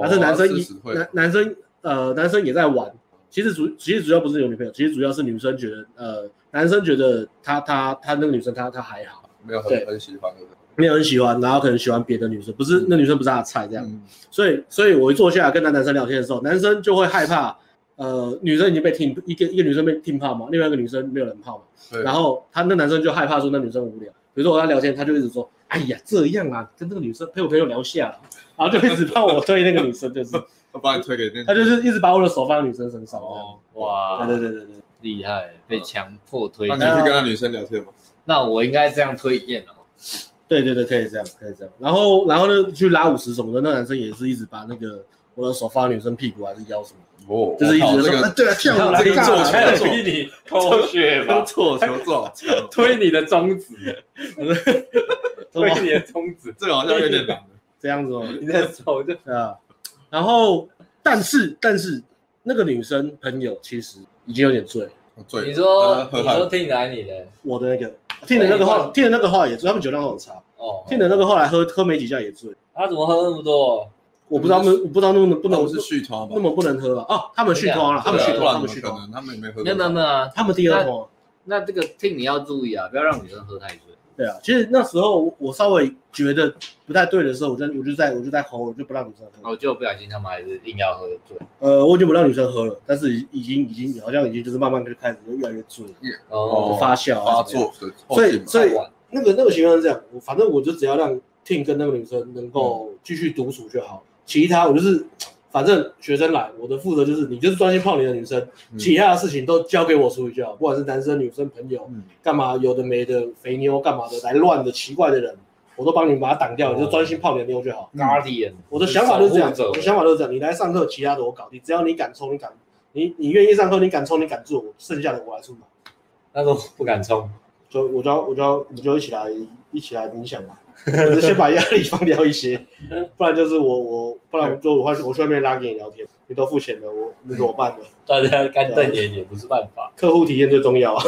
[SPEAKER 1] 但是男生
[SPEAKER 2] 四
[SPEAKER 1] 一
[SPEAKER 2] 十会
[SPEAKER 1] 男男生呃男生也在玩。其实主其实主要不是有女朋友，其实主要是女生觉得呃男生觉得他他他那个女生他他还好，
[SPEAKER 2] 没有很
[SPEAKER 1] 对
[SPEAKER 2] 很喜欢的。
[SPEAKER 1] 没有很喜欢，然后可能喜欢别的女生，不是那女生不是他的菜这样。
[SPEAKER 2] 嗯，
[SPEAKER 1] 所以，所以我一坐下来跟男男生聊天的时候，男生就会害怕，呃，女生已经被听一个一个女生被听泡嘛，另外一个女生没有人泡嘛，
[SPEAKER 2] 对。
[SPEAKER 1] 然后他那男生就害怕说那女生无聊，比如说我跟他聊天，他就一直说，哎呀这样啊，跟这个女生陪我朋友聊一下啊，然后就一直帮我推那个女生，就是
[SPEAKER 2] 他把你推给那，
[SPEAKER 1] 他就是一直把我的手放在女生身上，
[SPEAKER 3] 哦，哇，
[SPEAKER 1] 对对对嗯对对，
[SPEAKER 3] 厉害，被强迫推
[SPEAKER 2] 那你
[SPEAKER 3] 荐。
[SPEAKER 2] 去跟那女生聊天吗？
[SPEAKER 3] 那我应该这样推荐哦。
[SPEAKER 1] 对对对，可以这样，可以这样。然后然后呢，去拉五十什么的，那男生也是一直把那个我的手放在女生屁股啊还是腰什么的，
[SPEAKER 2] 哦
[SPEAKER 1] 就是一
[SPEAKER 2] 我靠
[SPEAKER 1] 直
[SPEAKER 2] 这
[SPEAKER 1] 说，啊
[SPEAKER 2] 个
[SPEAKER 1] 对啊，跳舞
[SPEAKER 2] 这
[SPEAKER 1] 干
[SPEAKER 2] 个
[SPEAKER 1] 嘛
[SPEAKER 2] 做起来
[SPEAKER 4] 逼你偷学
[SPEAKER 2] 都
[SPEAKER 4] 吧，
[SPEAKER 2] 错球哎做好强，
[SPEAKER 3] 推你的中指，
[SPEAKER 2] 啊
[SPEAKER 3] 推你的中指，
[SPEAKER 2] 这个好像有 点难。
[SPEAKER 1] 啊这样子哦。
[SPEAKER 3] 你的手就
[SPEAKER 1] 啊，然后但是但是那个女生朋友其实已经有点醉了，
[SPEAKER 2] 对，
[SPEAKER 3] 你说
[SPEAKER 2] 呃喝
[SPEAKER 3] 你
[SPEAKER 2] 汗
[SPEAKER 3] 说听哪里的？
[SPEAKER 1] 我的那个听的那个
[SPEAKER 2] 哎
[SPEAKER 1] 话，听的那个话也醉，他们酒量都很差，
[SPEAKER 3] 哦，
[SPEAKER 1] 听的那个后来喝喝没几下也醉，
[SPEAKER 3] 他怎么喝那么多？
[SPEAKER 1] 我不知道他们我不知道那么不
[SPEAKER 2] 那
[SPEAKER 1] 能
[SPEAKER 2] 不是续团吧
[SPEAKER 1] 那？么不能喝了哦，他们续通了，他们续
[SPEAKER 2] 对啊
[SPEAKER 1] 通，
[SPEAKER 2] 不
[SPEAKER 1] 他
[SPEAKER 2] 然怎么
[SPEAKER 1] 们续
[SPEAKER 2] 可
[SPEAKER 1] 通，
[SPEAKER 2] 能？他们也没喝过。
[SPEAKER 3] 没有没有没有啊，
[SPEAKER 1] 他们第二通。
[SPEAKER 3] 那这个听你要注意啊，不要让女生喝太醉。
[SPEAKER 1] 对啊，其实那时候我我稍微觉得不太对的时候，我就我就在我就在吼，我就不让女生
[SPEAKER 2] 哦
[SPEAKER 1] 喝。
[SPEAKER 3] 我哦就不小心他们还是硬要喝醉。
[SPEAKER 1] 呃，我已经不让女生喝了，但是已已经已经好像已经就是慢慢就开始就越来越醉了，
[SPEAKER 2] 哦
[SPEAKER 1] 发酵啊
[SPEAKER 2] 发
[SPEAKER 1] 怎么样
[SPEAKER 2] 作的
[SPEAKER 1] 所
[SPEAKER 2] 后
[SPEAKER 1] 以
[SPEAKER 2] 劲嘛。
[SPEAKER 1] 所以那个那个情况是这样，我反正我就只要让 Tim 跟那个女生能够继续独处就好，其他我就是反正学生来，我的负责就是你就是专心泡你的女生，
[SPEAKER 2] 嗯
[SPEAKER 1] 其他的事情都交给我处理就好，不管是男生女生朋友
[SPEAKER 2] 嗯
[SPEAKER 1] 干嘛有的没的肥妞干嘛的来乱的奇怪的人，我都帮你把它挡掉，你就专心泡你的妞就好。
[SPEAKER 3] Guardian，
[SPEAKER 1] 嗯我的想法哦就是这样，
[SPEAKER 3] 守护
[SPEAKER 1] 我
[SPEAKER 3] 者
[SPEAKER 1] 的想法就是这样，你来上课，其他的我搞定，只要你敢冲，你敢你你愿意上课，你敢冲，你敢做，剩下的我来出马。
[SPEAKER 3] 那时候不敢冲，
[SPEAKER 1] 就我就要我就要我就一起来一起来冥想 嘛，我就先把压力放掉一些， 不然就是我我不然我就我我去外面拉给你聊天，你都付钱了，我你怎么办呢？
[SPEAKER 3] 大家干瞪眼也不是办法。
[SPEAKER 1] 客户体验最重要啊。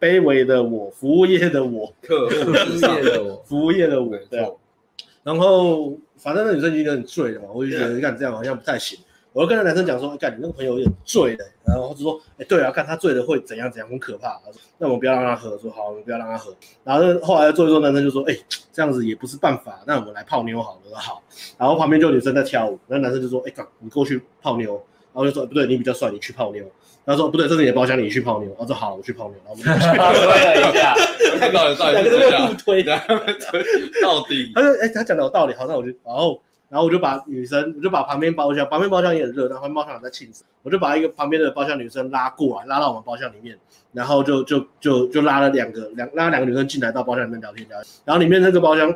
[SPEAKER 1] 卑微的我，服务业的我，
[SPEAKER 2] 客户之上，
[SPEAKER 3] 我，
[SPEAKER 1] 服务业的我
[SPEAKER 2] 没，
[SPEAKER 1] 对啊。
[SPEAKER 2] 错，
[SPEAKER 1] 然后反正那女生已经有点醉了嘛，我就觉得干这样好像不太行。我就跟那男生讲说，哎干你那个朋友有点醉了，然后他就说，哎对啊，看他醉了会怎样怎样，很可怕。我说那我们不要让他喝，我说好，我们不要让他喝。然后后来做一做，男生就说，哎这样子也不是办法，那我们来泡妞好了，我说好。然后旁边就有女生在跳舞，那男生就说，哎干你过去泡妞，然后就说、哎不对，你比较帅，你去泡妞。然后说不对，这是你的包厢，你去泡妞。哦我说好，我去泡妞。然后我们就去
[SPEAKER 3] 了一下，
[SPEAKER 2] 看到底到底
[SPEAKER 1] 两
[SPEAKER 2] 是
[SPEAKER 1] 个
[SPEAKER 2] 怎
[SPEAKER 1] 都在
[SPEAKER 2] 样啊
[SPEAKER 1] 互 推，
[SPEAKER 2] 到底
[SPEAKER 1] 他说：“哎、他讲的有道理，好，那我就，然后，然后我就把女生，我就把旁边包厢，旁边包厢也很热，然后旁边包厢也在庆祝，我就把一个旁边的包厢女生拉过来，拉到我们包厢里面，然后就就就就拉了两个两拉两个女生进来到包厢里面聊天聊天，然后里面那个包厢，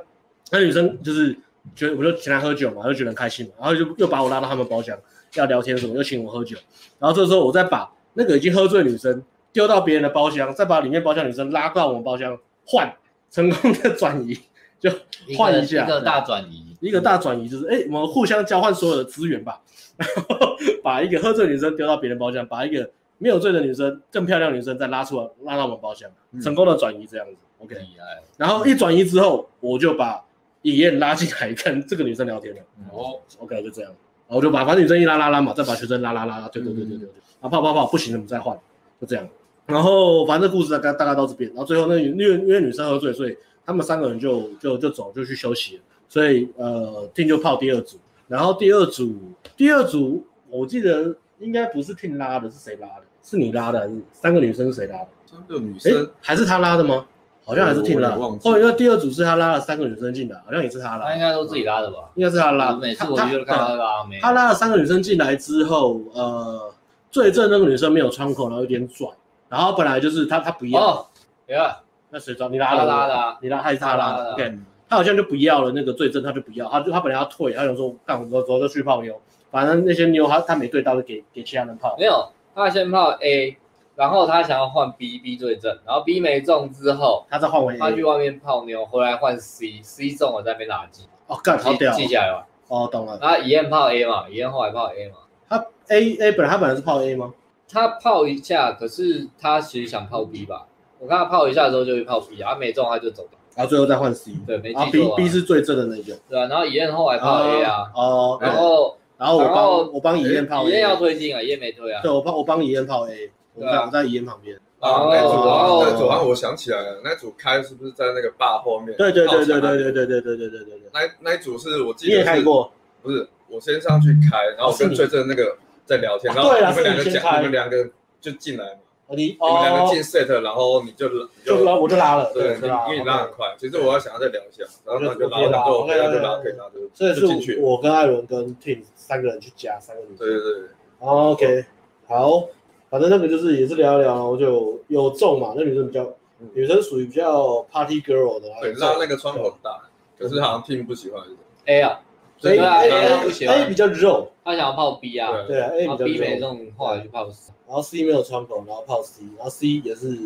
[SPEAKER 1] 那女生就是觉得我就请她喝酒嘛，就觉得很开心嘛，然后就又把我拉到他们包厢要聊天什么，又请我喝酒，然后这时候我再把那个已经喝醉的女生丢到别人的包厢，再把里面包厢女生拉到我们包厢换，成功的转移，就
[SPEAKER 3] 一 个
[SPEAKER 1] 换一下
[SPEAKER 3] 一个大转移，
[SPEAKER 1] 一个大转移，就是哎、我们互相交换所有的资源吧， 然后把一个喝醉的女生丢到别人包厢，把一个没有醉的女生、更漂亮的女生再拉出来，拉到我们包厢，成功的转移这样子。OK，
[SPEAKER 3] 厉害，
[SPEAKER 1] 然后一转移之后，我就把野燕拉进来跟这个女生聊天了。
[SPEAKER 5] 哦，
[SPEAKER 1] OK，就这样，然后我就把反正女生一拉拉拉嘛，再把学生拉拉拉拉，对对对对对对，啊泡泡泡不行了，我们再换，就这样。然后反正故事大概大概到这边，然后最后那女因为因为女生喝醉，所以他们三个人就就就走就去休息了，所以呃 t 就泡第二组，然后第二组第二组我记得应该不是 t 拉的，是谁拉的？是你拉的还是三个女生是谁拉的？
[SPEAKER 2] 三个女
[SPEAKER 1] 哎、
[SPEAKER 2] 生，
[SPEAKER 1] 还是他拉的吗？好像还是 t 拉的。
[SPEAKER 2] 我有点忘记
[SPEAKER 1] 后来因为第二组是他拉了三个女生进来，好像也是他拉
[SPEAKER 3] 他应
[SPEAKER 1] 的，
[SPEAKER 3] 该都自己拉的吧？
[SPEAKER 1] 应该是他拉
[SPEAKER 3] 我
[SPEAKER 1] 的。
[SPEAKER 3] 每次
[SPEAKER 1] 他
[SPEAKER 3] 我
[SPEAKER 1] 他
[SPEAKER 3] 就看到那个阿妹，
[SPEAKER 1] 他拉了三个女生进来之后，呃，最正那个女生没有窗口，然后有点拽，然后本来就是他他不要，
[SPEAKER 3] 哦，对啊，
[SPEAKER 1] 那谁知道你拉
[SPEAKER 3] 他
[SPEAKER 1] 了
[SPEAKER 3] 拉的，啊，
[SPEAKER 1] 你拉还是他拉
[SPEAKER 3] 他拉的
[SPEAKER 1] 的
[SPEAKER 3] 啊
[SPEAKER 2] 嗯
[SPEAKER 1] ，OK，他好像就不要了那个最正，他就不要，他就他本来要退，他想说干，我走走就去泡妞，反正那些妞他他没对到就给给其他人泡，
[SPEAKER 3] 没有，他先泡 A，然后他想要换 B，B 对正，然后 B 没中之后，
[SPEAKER 1] 他再换回
[SPEAKER 3] 他去
[SPEAKER 1] A，
[SPEAKER 3] 外面泡妞，回来换 C，C 中了在那边垃圾，
[SPEAKER 1] 哦干好屌哦
[SPEAKER 3] 记，记下来吧。啊
[SPEAKER 1] 哦懂了，
[SPEAKER 3] 然后一燕泡 A 嘛，一燕后来泡 A 嘛，
[SPEAKER 1] 他 A A 本来他本来是泡 A 吗？
[SPEAKER 3] 他泡一下，可是他其实想泡 B 吧？我看他泡一下之后就去泡 B，啊，没中他就走了，
[SPEAKER 1] 然后最后再换 C，
[SPEAKER 3] 对，没
[SPEAKER 1] 然后
[SPEAKER 3] 记
[SPEAKER 1] B
[SPEAKER 3] 错啊。
[SPEAKER 1] B 是最正的那个，
[SPEAKER 3] 对啊，然后一燕后来泡 A 啊，
[SPEAKER 1] 哦，
[SPEAKER 3] 然后
[SPEAKER 1] 然后我
[SPEAKER 3] 然后
[SPEAKER 1] 帮我帮怡燕泡
[SPEAKER 3] 一燕
[SPEAKER 1] A，
[SPEAKER 3] 要推进啊，一燕没推啊，
[SPEAKER 1] 对我帮我帮怡燕泡 A，我
[SPEAKER 3] 对
[SPEAKER 1] 在
[SPEAKER 3] 啊
[SPEAKER 1] 我在怡燕旁边。
[SPEAKER 3] 然
[SPEAKER 2] 啊
[SPEAKER 3] 后
[SPEAKER 2] 那
[SPEAKER 1] 哦
[SPEAKER 2] 组
[SPEAKER 3] 然后
[SPEAKER 2] 那组，啊，我想起来了，那组开是不是在那个坝后面？
[SPEAKER 1] 对对对对
[SPEAKER 2] 靠墙那里
[SPEAKER 1] 对对对对对对对对对，
[SPEAKER 2] 那那一组是我记
[SPEAKER 1] 你
[SPEAKER 2] 得
[SPEAKER 1] 也
[SPEAKER 2] 是
[SPEAKER 1] 开过，
[SPEAKER 2] 不是，我先上去开，然后我
[SPEAKER 1] 哦是
[SPEAKER 2] 跟
[SPEAKER 1] 你
[SPEAKER 2] 最正那个在聊天，
[SPEAKER 1] 哦
[SPEAKER 2] 然后
[SPEAKER 1] 对
[SPEAKER 2] 你
[SPEAKER 1] 啦
[SPEAKER 2] 们两个
[SPEAKER 1] 是你先
[SPEAKER 2] 讲，
[SPEAKER 1] 开
[SPEAKER 2] 你们两个就进来嘛，
[SPEAKER 1] 哦你
[SPEAKER 2] 你们两个
[SPEAKER 1] 哦，
[SPEAKER 2] 进 set，然后你就你
[SPEAKER 1] 就拉我就拉了，
[SPEAKER 2] 对，
[SPEAKER 1] 就
[SPEAKER 2] 你
[SPEAKER 1] 拉了，
[SPEAKER 2] 因为你拉很快。其实我要想要再聊一下，然后他就拉，
[SPEAKER 1] 我就
[SPEAKER 2] 然后
[SPEAKER 1] 我
[SPEAKER 2] 我
[SPEAKER 1] 就
[SPEAKER 2] 可以
[SPEAKER 1] 拉
[SPEAKER 2] 拉就拉，
[SPEAKER 1] 对
[SPEAKER 2] 可
[SPEAKER 1] 对
[SPEAKER 2] 以拉就
[SPEAKER 1] 这啊
[SPEAKER 2] 就进
[SPEAKER 1] 是
[SPEAKER 2] 去。
[SPEAKER 1] 我跟艾伦跟 Tim 三个人去加三个女生。
[SPEAKER 2] 对对对，
[SPEAKER 1] 哦 OK，好，反正那个就是也是聊一聊，然后就有中嘛，那女生比较
[SPEAKER 2] 嗯
[SPEAKER 1] 女生属于比较 party girl 的，然后啊
[SPEAKER 2] 对，
[SPEAKER 1] 有
[SPEAKER 2] 你知
[SPEAKER 1] 中
[SPEAKER 2] 道那个窗口很大，可是好像 team 不喜欢。
[SPEAKER 1] 哎
[SPEAKER 3] A 啊，
[SPEAKER 1] 所以
[SPEAKER 3] 对啊
[SPEAKER 1] A
[SPEAKER 3] 对啊不
[SPEAKER 1] A
[SPEAKER 3] 喜欢
[SPEAKER 1] A 比较肉，
[SPEAKER 3] 他想要泡 B 啊，
[SPEAKER 2] 对
[SPEAKER 1] 对啊 A
[SPEAKER 3] 然后
[SPEAKER 1] 比较
[SPEAKER 3] B 没
[SPEAKER 1] 肉，
[SPEAKER 3] 中，后来去泡 C，
[SPEAKER 1] 然后 C 没有窗口，然后泡 C，然后 C 也是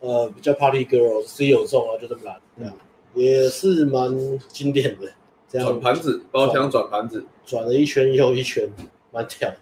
[SPEAKER 1] 呃比较 party girl，C 有中，然后就这么来，对啊，也是蛮经典的，这样
[SPEAKER 2] 嗯转盘子，包厢转盘子，
[SPEAKER 1] 转了一圈又一圈，蛮屌的。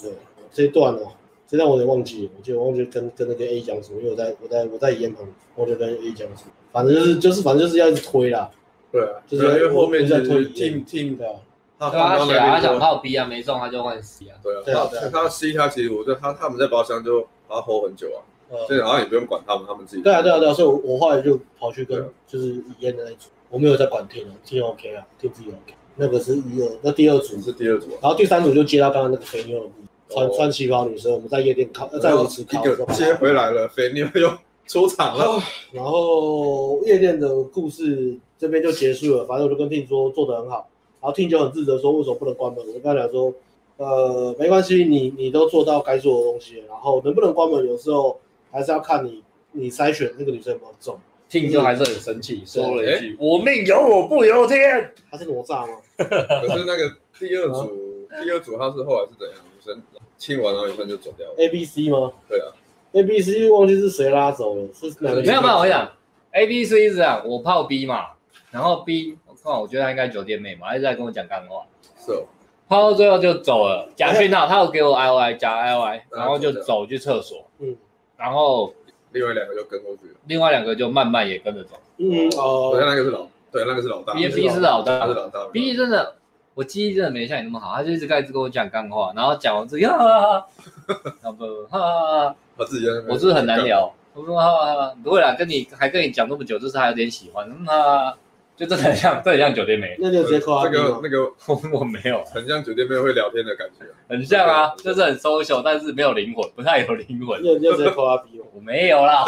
[SPEAKER 1] 对，这一段哦，这段我有点忘记了，我记得我忘记跟跟那个 A 讲什么，因为我在我在我在烟旁，我就跟 A 讲什么，反正就是就是反正就是要一直推啦，
[SPEAKER 2] 对啊，
[SPEAKER 1] 就
[SPEAKER 2] 对
[SPEAKER 1] 是
[SPEAKER 2] 啊因为后面
[SPEAKER 1] 在
[SPEAKER 2] 就
[SPEAKER 1] 推
[SPEAKER 2] 是 team team
[SPEAKER 1] 对啊，
[SPEAKER 2] 他
[SPEAKER 3] 对啊，他
[SPEAKER 2] 放到
[SPEAKER 3] 想
[SPEAKER 2] 那
[SPEAKER 3] 他想
[SPEAKER 2] 边，
[SPEAKER 3] 泡 B 啊，没中他就换 C 啊，
[SPEAKER 2] 对
[SPEAKER 1] 对啊
[SPEAKER 2] 啊，
[SPEAKER 1] 对啊
[SPEAKER 2] 他他 C 他其实我觉得他他们在包厢就他 hold 很久啊，所
[SPEAKER 1] 呃，
[SPEAKER 2] 以好像也不用管他们，他们自己
[SPEAKER 1] 对啊对啊对啊，所以我我后来就跑去跟
[SPEAKER 2] 对啊
[SPEAKER 1] 就是烟的那一组，我没有在管听了，听 OK 啊，听自己 OK，那个是一二，那第二组
[SPEAKER 2] 你，是第二组啊，
[SPEAKER 1] 然后第三组就接到刚刚那个肥妞的故事穿
[SPEAKER 2] 哦
[SPEAKER 1] 穿旗袍女生，我们在夜店烤，呃在舞池
[SPEAKER 2] 一
[SPEAKER 1] 烤的时
[SPEAKER 2] 个
[SPEAKER 1] 候把她
[SPEAKER 2] 接回来了，肥妞又出场了，
[SPEAKER 1] 然后夜店的故事这边就结束了，反正我就跟 Tin 说做得很好，然后 Tin 就很自责说为什么不能关门？我就跟他讲说，呃，没关系，你你都做到该做的东西了，然后能不能关门，有时候还是要看你你筛选那个女生有没有中，
[SPEAKER 3] 听就还是很生气，说了一
[SPEAKER 2] 哎
[SPEAKER 3] 句：“我命由我不由天。”
[SPEAKER 1] 她是哪吒吗？
[SPEAKER 2] 可是那个第二组，第二组他是后来是怎样？女生亲完然后女生就走掉了。
[SPEAKER 1] A B C 吗？
[SPEAKER 2] 对啊，
[SPEAKER 1] ，A B C 忘记是谁拉走了，是哪个？
[SPEAKER 3] 没有没有，我跟你，讲，A B C 是这样，我泡 B 嘛，然后 B，我靠，我觉得他应该酒店妹嘛，他一直在跟我讲干话，
[SPEAKER 2] 是哦，
[SPEAKER 3] 泡到最后就走了，假讯号，他有给我 I O I 加 I O I，然后就走去厕所，
[SPEAKER 1] 嗯
[SPEAKER 3] 然后
[SPEAKER 2] 另外两个就跟过去了。
[SPEAKER 3] 另外两个就慢慢也跟着走
[SPEAKER 1] 嗯
[SPEAKER 2] 好
[SPEAKER 1] 哦，
[SPEAKER 2] 像那个是老，对，那个是老大，
[SPEAKER 3] ，B B 是老
[SPEAKER 2] 他
[SPEAKER 3] 大
[SPEAKER 2] 是老大
[SPEAKER 3] ，B 真的。我记忆真的没像你那么好，他就一直开始跟我讲干话，然后讲完之后，啊，然后不，哈，
[SPEAKER 2] 他自己在那边
[SPEAKER 3] 我是不是很难。聊？我说啊，不会啦，跟你还跟你讲那么久，就是还有点喜欢，嗯啊，就真的很像，真的很像酒店妹。
[SPEAKER 1] 那就直接扣他
[SPEAKER 2] 这
[SPEAKER 1] B
[SPEAKER 2] 个
[SPEAKER 1] 吗？
[SPEAKER 2] 那个
[SPEAKER 3] 我 我没有，
[SPEAKER 2] 很像酒店妹会聊天的感觉，
[SPEAKER 3] 很像啊，就是很 social，但是没有灵魂，不太有灵 魂。
[SPEAKER 1] 那就直接扣他 B 吗？
[SPEAKER 3] 我没有啦，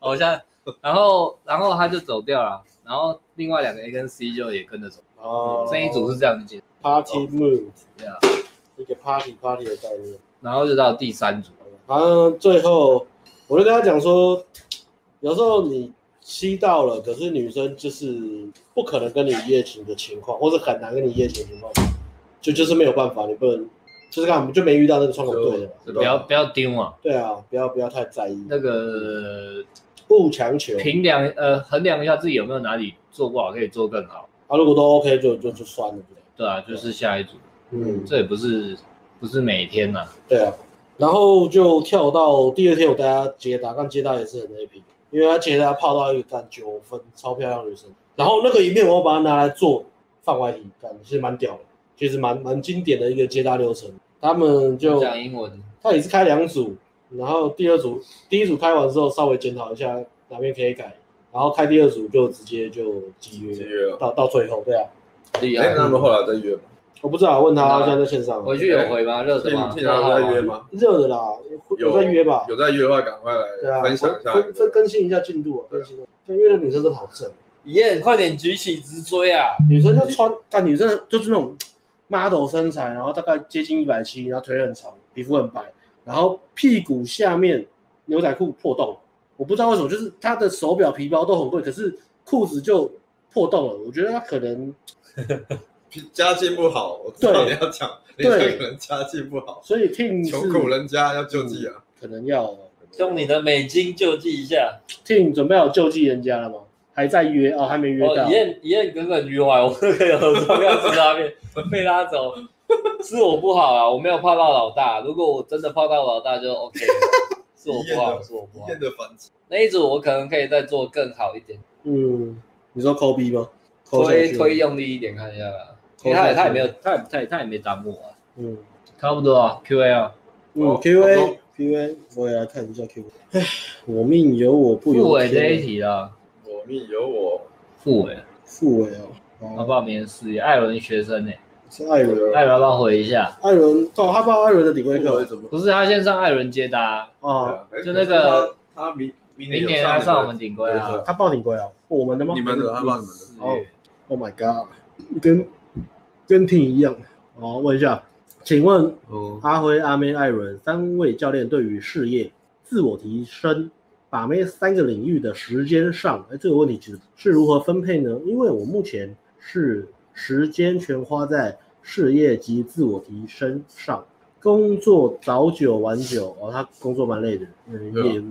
[SPEAKER 3] 我好像，然后然后他就走掉了，然后另外两个 A 跟 C 就也跟着走，
[SPEAKER 1] 哦，
[SPEAKER 3] 这一组是这样子，
[SPEAKER 1] Party Mood，
[SPEAKER 3] 对啊
[SPEAKER 1] 一个 Party Party 的概念。
[SPEAKER 3] 然后就到第三组，
[SPEAKER 1] 然后最后我就跟他讲说，有时候你吸到了，可是女生就是不可能跟你一夜情的情况，或者很难跟你一夜情的情况，就就是没有办法，你不能就是看我们就没遇到那个窗口队的嘛。
[SPEAKER 3] 不要不要丢啊，
[SPEAKER 1] 对啊，不要不要太在意，
[SPEAKER 3] 那个
[SPEAKER 1] 不强求。
[SPEAKER 3] 评量呃衡量一下自己有没有哪里做不好，可以做更好，
[SPEAKER 1] 啊，如果都 OK 就就就算了，
[SPEAKER 3] 对啊，就是下一组，
[SPEAKER 1] 嗯，
[SPEAKER 3] 这也不是不是每天呐、
[SPEAKER 1] 对啊。然后就跳到第二天，我带他接打，但接打也是很 happy，因为他接打泡到一个干九分，超漂亮的女生。然后那个影片我把它拿来做放外题，干其实蛮屌的，其实蛮蛮经典的一个接打流程。他们就
[SPEAKER 3] 讲英文，
[SPEAKER 1] 他也是开两组，然后第二组第一组开完之后稍微检讨一下哪边可以改，然后开第二组就直接就集
[SPEAKER 2] 几
[SPEAKER 1] 约
[SPEAKER 2] 月了？
[SPEAKER 1] 到到最后，对啊，
[SPEAKER 3] 厉
[SPEAKER 2] 哎，
[SPEAKER 3] 害。
[SPEAKER 2] 那他们后来再约吗？
[SPEAKER 1] 我不知道，问
[SPEAKER 3] 啊
[SPEAKER 1] 他现在在线上
[SPEAKER 3] 回去有回吗？热的
[SPEAKER 2] 替
[SPEAKER 3] 吗？
[SPEAKER 2] 替他们在约吗？
[SPEAKER 1] 热的啦，
[SPEAKER 2] 有
[SPEAKER 1] 有在约吧？
[SPEAKER 2] 有在约的话，赶快
[SPEAKER 1] 啊对啊，分
[SPEAKER 2] 来分享一下。
[SPEAKER 1] 分分更新一下进度啊，更新一下。对，因为那女生真的好正，
[SPEAKER 3] 耶，快点举起直追啊！
[SPEAKER 1] 女生就穿，但女生就是那种 model 身材，然后大概接近一百七，然后腿很长，皮肤很白，然后屁股下面牛仔裤破洞，我不知道为什么，就是她的手表、皮包都很贵，可是裤子就破洞了。我觉得她可能，
[SPEAKER 2] 家境不好，我知道
[SPEAKER 1] 对
[SPEAKER 2] 你要讲，你
[SPEAKER 1] 对
[SPEAKER 2] 这个人家境不好，
[SPEAKER 1] 所以 Ting
[SPEAKER 2] 穷苦
[SPEAKER 1] 是
[SPEAKER 2] 人家要救济啊。
[SPEAKER 1] 可能要
[SPEAKER 3] 用你的美金救济一下。
[SPEAKER 1] Ting 准备好救济人家了吗？还在约哦，还没约
[SPEAKER 3] 哦
[SPEAKER 1] 到，
[SPEAKER 3] 一。燕一燕耿耿于怀，我这个有时候要吃拉面 被拉走，是我不好啊，我没有泡到老大。如果我真的泡到老大就 OK，了 是我不好，是我不
[SPEAKER 2] 一
[SPEAKER 3] 好。
[SPEAKER 2] 夜的反击，
[SPEAKER 3] 那一组我可能可以再做更好一点，
[SPEAKER 1] 嗯，你说抠逼吗？抠下
[SPEAKER 3] 推
[SPEAKER 1] 去
[SPEAKER 3] 推用力一点看一下吧。因为他也他也没有他也他也他也没耽误啊，
[SPEAKER 1] 嗯。
[SPEAKER 3] 差不多啊，Q&A 啊，
[SPEAKER 1] 嗯，Q A Q A，我也来看一下 Q A。唉，我命由我不由
[SPEAKER 3] 傅伟这
[SPEAKER 1] 天
[SPEAKER 3] 一
[SPEAKER 1] 啊。
[SPEAKER 3] 题啊，
[SPEAKER 2] 我命由我，
[SPEAKER 3] 傅伟，
[SPEAKER 1] 傅伟哦，
[SPEAKER 3] 他
[SPEAKER 1] 哦，
[SPEAKER 3] 报名事业，艾伦学生呢，
[SPEAKER 1] 是艾伦。
[SPEAKER 3] 艾伦要不要回一下？
[SPEAKER 1] 艾伦，哦，他报艾伦的理论
[SPEAKER 2] 我会
[SPEAKER 1] 课
[SPEAKER 2] 怎么？
[SPEAKER 3] 不是他先上艾伦接答，
[SPEAKER 1] 哦，
[SPEAKER 2] 哎
[SPEAKER 3] 就那个
[SPEAKER 2] 他他明明
[SPEAKER 3] 明年
[SPEAKER 2] 有
[SPEAKER 3] 他上我
[SPEAKER 2] 你
[SPEAKER 3] 们顶规啊。
[SPEAKER 1] 他报你贵哦，我们的吗？
[SPEAKER 2] 的你们的，他帮你们的。
[SPEAKER 1] 哦？Oh my god，跟跟听一样。哦，问一下，请问
[SPEAKER 2] 哦，
[SPEAKER 1] 阿辉、阿妹、艾伦三位教练对于事业、自我提升、把妹三个领域的时间上，哎，这个问题是是如何分配呢？因为我目前是时间全花在事业及自我提升上，工作早九晚九，哦，他工作蛮累的，嗯，
[SPEAKER 2] 对啊
[SPEAKER 1] 业务，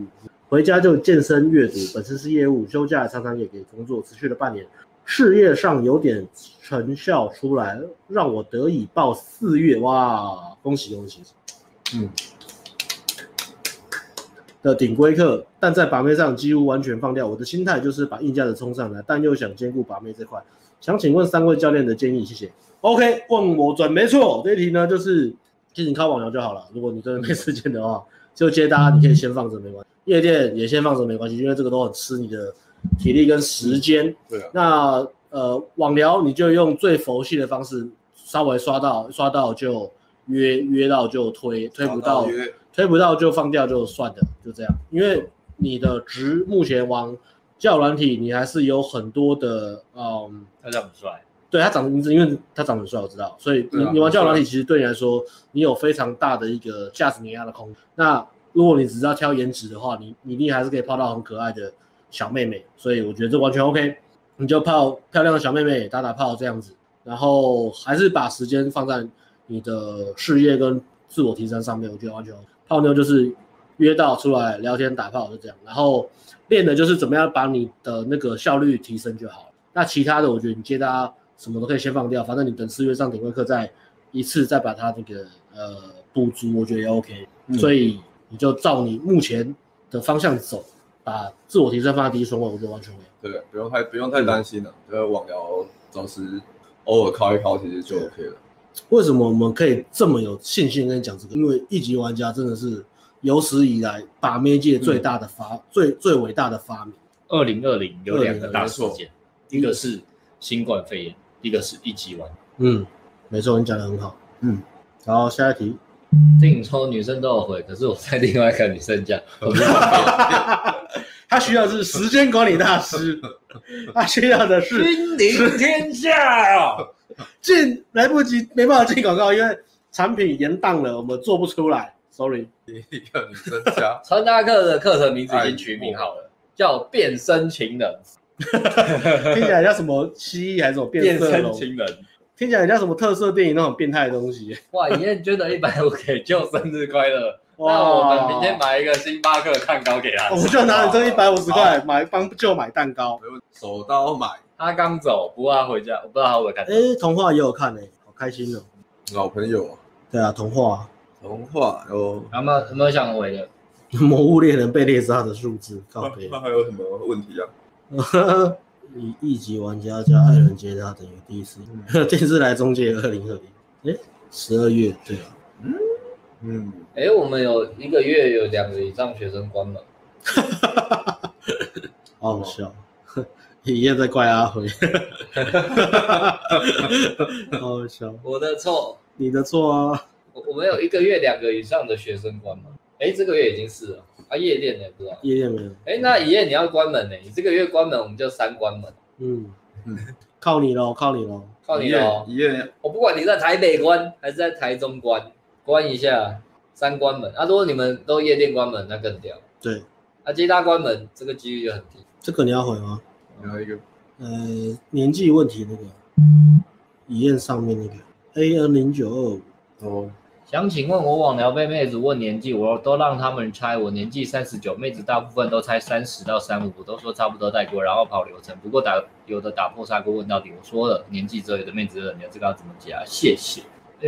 [SPEAKER 1] 回家就健身、阅读，本身是业务，休假常常也给工作，持续了半年。事业上有点成效出来，让我得以报四月，哇，恭喜恭喜！嗯，的顶规课，但在把妹上几乎完全放掉。我的心态就是把硬价值冲上来，但又想兼顾把妹这块。想请问三位教练的建议，谢谢。OK，问我准没错。这一题呢，就是其实你靠网聊就好了。如果你真的没时间的话，就接搭，你可以先放着没关系，夜店也先放着没关系，因为这个都很吃你的体力跟时间。
[SPEAKER 2] 对啊，
[SPEAKER 1] 那呃，网聊你就用最佛系的方式，稍微刷到刷到就约约到就推，推不
[SPEAKER 2] 找
[SPEAKER 1] 到
[SPEAKER 2] 约
[SPEAKER 1] 推不到就放掉就算了，就这样。因为你的职目前往教软体，你还是有很多的嗯，
[SPEAKER 3] 他这样很帅，
[SPEAKER 1] 对他长得，因为他长得很帅，我知道，所以你、
[SPEAKER 2] 对啊
[SPEAKER 1] 你玩教软体，其实对你来说，你有非常大的一个价值碾压的空间。那如果你只是要挑颜值的话，你你一定还是可以泡到很可爱的小妹妹，所以我觉得这完全 OK。你就泡漂亮的小妹妹打打炮这样子，然后还是把时间放在你的事业跟自我提升上面，我觉得完全 OK 泡妞就是约到出来聊天打炮就这样，然后练的就是怎么样把你的那个效率提升就好了。那其他的我觉得你接搭什么都可以先放掉，反正你等四月上顶规课再一次再把它这个呃补足，我觉得也 OK、所以你就照你目前的方向走，把自我提升放在第一顺位，我觉得完全 OK。
[SPEAKER 2] 对，不用太不用太担心了，就是网聊找时偶尔靠一靠，其实就 OK 了。
[SPEAKER 1] 为什么我们可以这么有信心跟你讲这个？因为一级玩家真的是有史以来把妹界最大的发、最最伟大的发明。
[SPEAKER 3] 二零二零有两个大事
[SPEAKER 2] 没
[SPEAKER 3] 件，一个是新冠肺炎，一个是一级玩。
[SPEAKER 1] 嗯，没错，你讲的很好。嗯，然后下一题，
[SPEAKER 3] 电影抽女生都有回，可是我在另外一个女生 家，我不知道
[SPEAKER 1] 他需要的是时间管理大 师，他需要的是
[SPEAKER 3] 君临天下哦，
[SPEAKER 1] 进来不及，没办法进广告，因为产品延宕了，我们做不出来。Sorry，
[SPEAKER 2] 一个女生 家
[SPEAKER 3] 穿搭课的课程名字已经取名好了，叫变身情人，
[SPEAKER 1] 听起来像什么蜥蜴还是什么变
[SPEAKER 3] 变
[SPEAKER 1] 色
[SPEAKER 3] 身
[SPEAKER 1] 龙？
[SPEAKER 3] 情人，
[SPEAKER 1] 听起来很像什么特色电影那种变态的东西。
[SPEAKER 3] 哇，你也捐了一百五给舅生日快乐，那我们明天买一个星巴克蛋糕给他 吃。
[SPEAKER 1] 我就拿你这一百五十块买帮舅买蛋糕。
[SPEAKER 2] 手刀买。
[SPEAKER 3] 他刚走，不过他回家，我不知道他会不会看
[SPEAKER 1] 哎、。童话也有看哎、好开心哦、
[SPEAKER 2] 老朋友，
[SPEAKER 1] 对啊， 童话
[SPEAKER 2] 童话哦。
[SPEAKER 3] 有没有有没有想回的？
[SPEAKER 1] 《魔物猎人》被猎杀的数字，靠背。
[SPEAKER 2] 那还有什么问题啊？
[SPEAKER 1] 以一级玩家加艾伦接他等于第一次， 电视台中介二零二零，哎，十二月对啊，
[SPEAKER 2] 嗯，
[SPEAKER 3] 哎、我们有一个月有两个以上学生关门，
[SPEAKER 1] 好好笑， 一样在怪阿辉， 好好笑，
[SPEAKER 3] 我的错，
[SPEAKER 1] 你的错啊，
[SPEAKER 3] 我我们有一个月两个以上的学生关门。哎、这个月已经是了啊，夜店呢不知道。
[SPEAKER 1] 夜店没有，
[SPEAKER 3] 哎、那一夜你要关门呢、你这个月关门，我们就三关门，
[SPEAKER 1] 嗯
[SPEAKER 2] 嗯
[SPEAKER 1] 靠你喽，靠你喽，
[SPEAKER 3] 靠你了。
[SPEAKER 2] 一夜
[SPEAKER 3] 我不管你在台北关还是在台中关，关一下三关门。啊，如果你们都夜店关门，那更屌。
[SPEAKER 1] 对，
[SPEAKER 3] 啊，接他关门，这个几率就很低。
[SPEAKER 1] 这个你要回吗？
[SPEAKER 2] 然后一个
[SPEAKER 1] 呃，年纪问题那个，一验上面那个 A N 零九二五，
[SPEAKER 2] 哦，
[SPEAKER 3] 想请问我网聊被妹子问年纪，我都让他们猜，我年纪三十九，妹子大部分都猜三十到三五，我都说差不多带过，然后跑流程。不过打有的打破砂锅问到底，我说了年纪只有有的妹子人家这个要怎么解啊？谢谢。呃，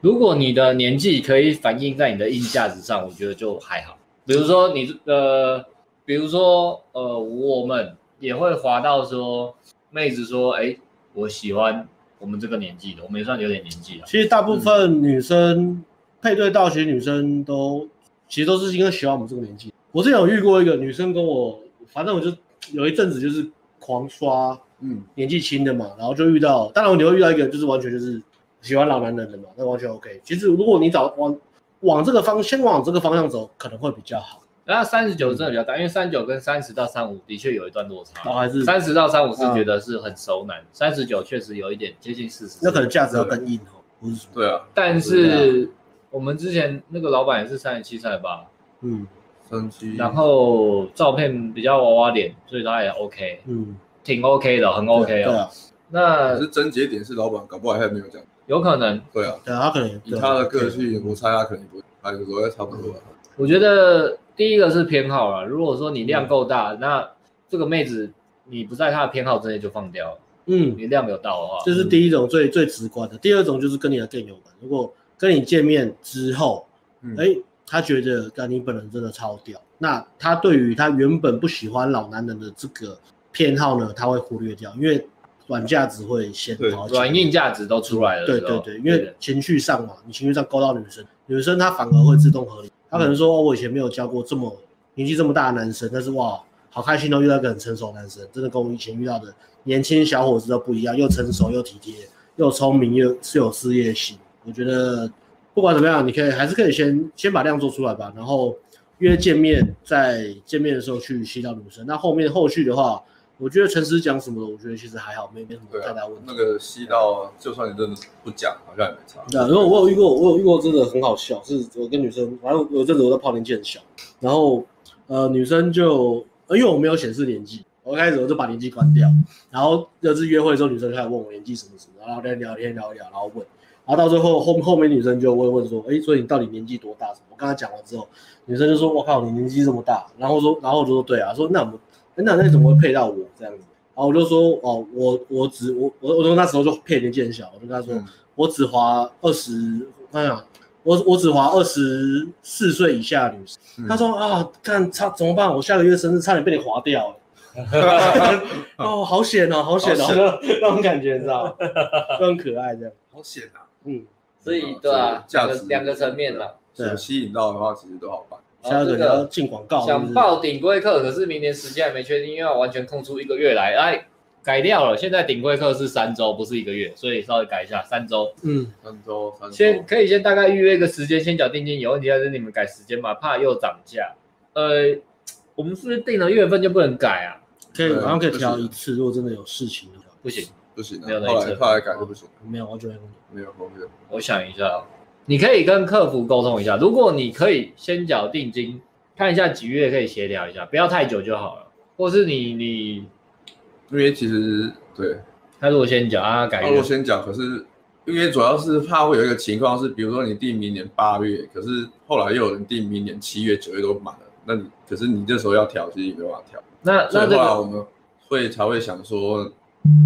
[SPEAKER 3] 如果你的年纪可以反映在你的硬价值上，我觉得就还好。比如说你呃，比如说呃，我们也会滑到说妹子说，哎，我喜欢我们这个年纪的，我们也算有点年纪了。
[SPEAKER 1] 其实大部分女生、配对到，其实女生都其实都是因为喜欢我们这个年纪。我之前有遇过一个女生跟我，反正我就有一阵子就是狂刷
[SPEAKER 2] 嗯，
[SPEAKER 1] 年纪轻的嘛，然后就遇到，当然你会遇到一个就是完全就是喜欢老男人的嘛，那完全 OK。其实如果你找往往这个方先往这个方向走，可能会比较好。
[SPEAKER 3] 那三十九
[SPEAKER 1] 嗯
[SPEAKER 3] 真的比较大，因为三九跟三十到三五的确有一段落
[SPEAKER 1] 然后
[SPEAKER 3] 差。
[SPEAKER 1] 哦还是嗯
[SPEAKER 3] 三十到三五是觉得是很熟男，三十九确实有一点接近四十。
[SPEAKER 1] 那可能价值要更硬哦，不是什么
[SPEAKER 2] 对啊，
[SPEAKER 3] 但是我们之前那个老板也是三十七、三十八，
[SPEAKER 1] 嗯
[SPEAKER 2] 三七，
[SPEAKER 3] 然后照片比较娃娃脸，所以他也 OK，
[SPEAKER 1] 嗯
[SPEAKER 3] 挺 OK 的，很 OK
[SPEAKER 1] 对啊对
[SPEAKER 3] 哦。
[SPEAKER 1] 啊
[SPEAKER 3] 那
[SPEAKER 2] 可是症结点是老板，搞不好还没有讲。
[SPEAKER 3] 有可能，
[SPEAKER 2] 对啊，
[SPEAKER 1] 对啊，他可能
[SPEAKER 2] 以他的个性，我猜他肯定不会，他就说哎差不多了。
[SPEAKER 3] 我觉得第一个是偏好啦。如果说你
[SPEAKER 1] 嗯
[SPEAKER 3] 量够大，那这个妹子你不在她的偏好之内就放掉了，
[SPEAKER 1] 嗯。
[SPEAKER 3] 你量有到的话，
[SPEAKER 1] 这是第一种最最直观的。第二种就是跟你的店有关，如果跟你见面之后，
[SPEAKER 2] 嗯
[SPEAKER 1] 哎、他觉得干你本人真的超屌，那他对于他原本不喜欢老男人的这个偏好呢，他会忽略掉，因为软价值会先
[SPEAKER 2] 对
[SPEAKER 1] 跑起来
[SPEAKER 3] 软硬价值都出来了。
[SPEAKER 1] 对
[SPEAKER 3] 是吧
[SPEAKER 1] 对对，因为情绪上嘛，你情绪上勾到女生，女生她反而会自动合理。她可能说，哦，我以前没有交过这么年纪这么大的男生，但是哇，好开心哦，遇到一个很成熟的男生，真的跟我以前遇到的年轻小伙子都不一样，又成熟又体贴，又聪明又是有事业心。我觉得不管怎么样，你可以还是可以先先把量做出来吧，然后约见面，在见面的时候去吸到女生。那后面后续的话，我觉得诚实讲什么的，我觉得其实还好，没没什么
[SPEAKER 2] 对
[SPEAKER 1] 太
[SPEAKER 2] 啊
[SPEAKER 1] 大问题。
[SPEAKER 2] 那个吸到，就算你真的不讲，好像也没差。
[SPEAKER 1] 对啊，然后我有遇过，我有遇过，真的很好笑，是我跟女生，反正有阵子我在泡年纪很小，然后呃女生就、呃因为我没有显示年纪，我一开始我就把年纪关掉，然后有次约会的时候，女生就开始问我年纪什么什么，然后聊天聊天聊一聊，然后问，然后到最后后后面女生就会问说，哎，所以你到底年纪多大？什么？我跟她讲完之后，女生就说，我靠，你年纪这么大，然后说，然后我就说对啊，说那我们那那你怎么会配到我这样子？然后我就说哦，我我只我我我从那时候就骗年纪很小，我就跟她说。
[SPEAKER 2] 嗯
[SPEAKER 1] 我只滑二十，我想我我只滑二十四岁以下的女生。
[SPEAKER 2] 嗯
[SPEAKER 1] 他说啊，看差怎么办？我下个月生日差点被你划掉了。 哦，好险哦，好险
[SPEAKER 2] 好
[SPEAKER 1] 哦，那种感觉你知 道吗？就很可爱这样。
[SPEAKER 2] 好险啊！
[SPEAKER 1] 嗯，
[SPEAKER 3] 所以对啊，
[SPEAKER 2] 价
[SPEAKER 3] 两
[SPEAKER 2] 值
[SPEAKER 3] 个两个层面啦。
[SPEAKER 1] 对
[SPEAKER 2] 有吸引到的话，其实都好办。
[SPEAKER 1] 下一
[SPEAKER 3] 这
[SPEAKER 1] 个
[SPEAKER 3] 个
[SPEAKER 1] 你要进广告，啊是不
[SPEAKER 3] 想
[SPEAKER 1] 是
[SPEAKER 3] 报顶规课，可是明年时间还没确定，因为要完全空出一个月来，哎，改掉了。现在顶规课是三周，不是一个月，所以稍微改一下，三周。
[SPEAKER 1] 嗯，
[SPEAKER 2] 三周，三周，
[SPEAKER 3] 先可以先大概预约一个时间，先缴定金，有问题还是你们改时间吧，怕又涨价。呃，我们是不是定了月份就不能改啊？
[SPEAKER 1] 可以，
[SPEAKER 2] 对
[SPEAKER 1] 好像可以调
[SPEAKER 2] 不行
[SPEAKER 1] 一次，如果真的有事情的话，
[SPEAKER 3] 不行，
[SPEAKER 2] 不行啊
[SPEAKER 3] 没有，那一
[SPEAKER 2] 后
[SPEAKER 3] 次
[SPEAKER 2] 来后来改就不行，
[SPEAKER 1] 没有，我觉得
[SPEAKER 2] 没有后面
[SPEAKER 3] 我想一下哦，你可以跟客服沟通一下，如果你可以先缴定金，看一下几月可以协调一下，不要太久就好了。或是你你
[SPEAKER 2] 因为其实对
[SPEAKER 3] 他如果先讲啊，改
[SPEAKER 2] 那我
[SPEAKER 3] 约
[SPEAKER 2] 先讲，可是因为主要是怕会有一个情况是，比如说你定明年八月，可是后来又有人定明年七月、九月都满了，那你可是你这时候要调，其实也没办法调。
[SPEAKER 3] 那
[SPEAKER 2] 所
[SPEAKER 3] 那
[SPEAKER 2] 以
[SPEAKER 3] 这
[SPEAKER 2] 后来
[SPEAKER 3] 个
[SPEAKER 2] 我们会才会想说，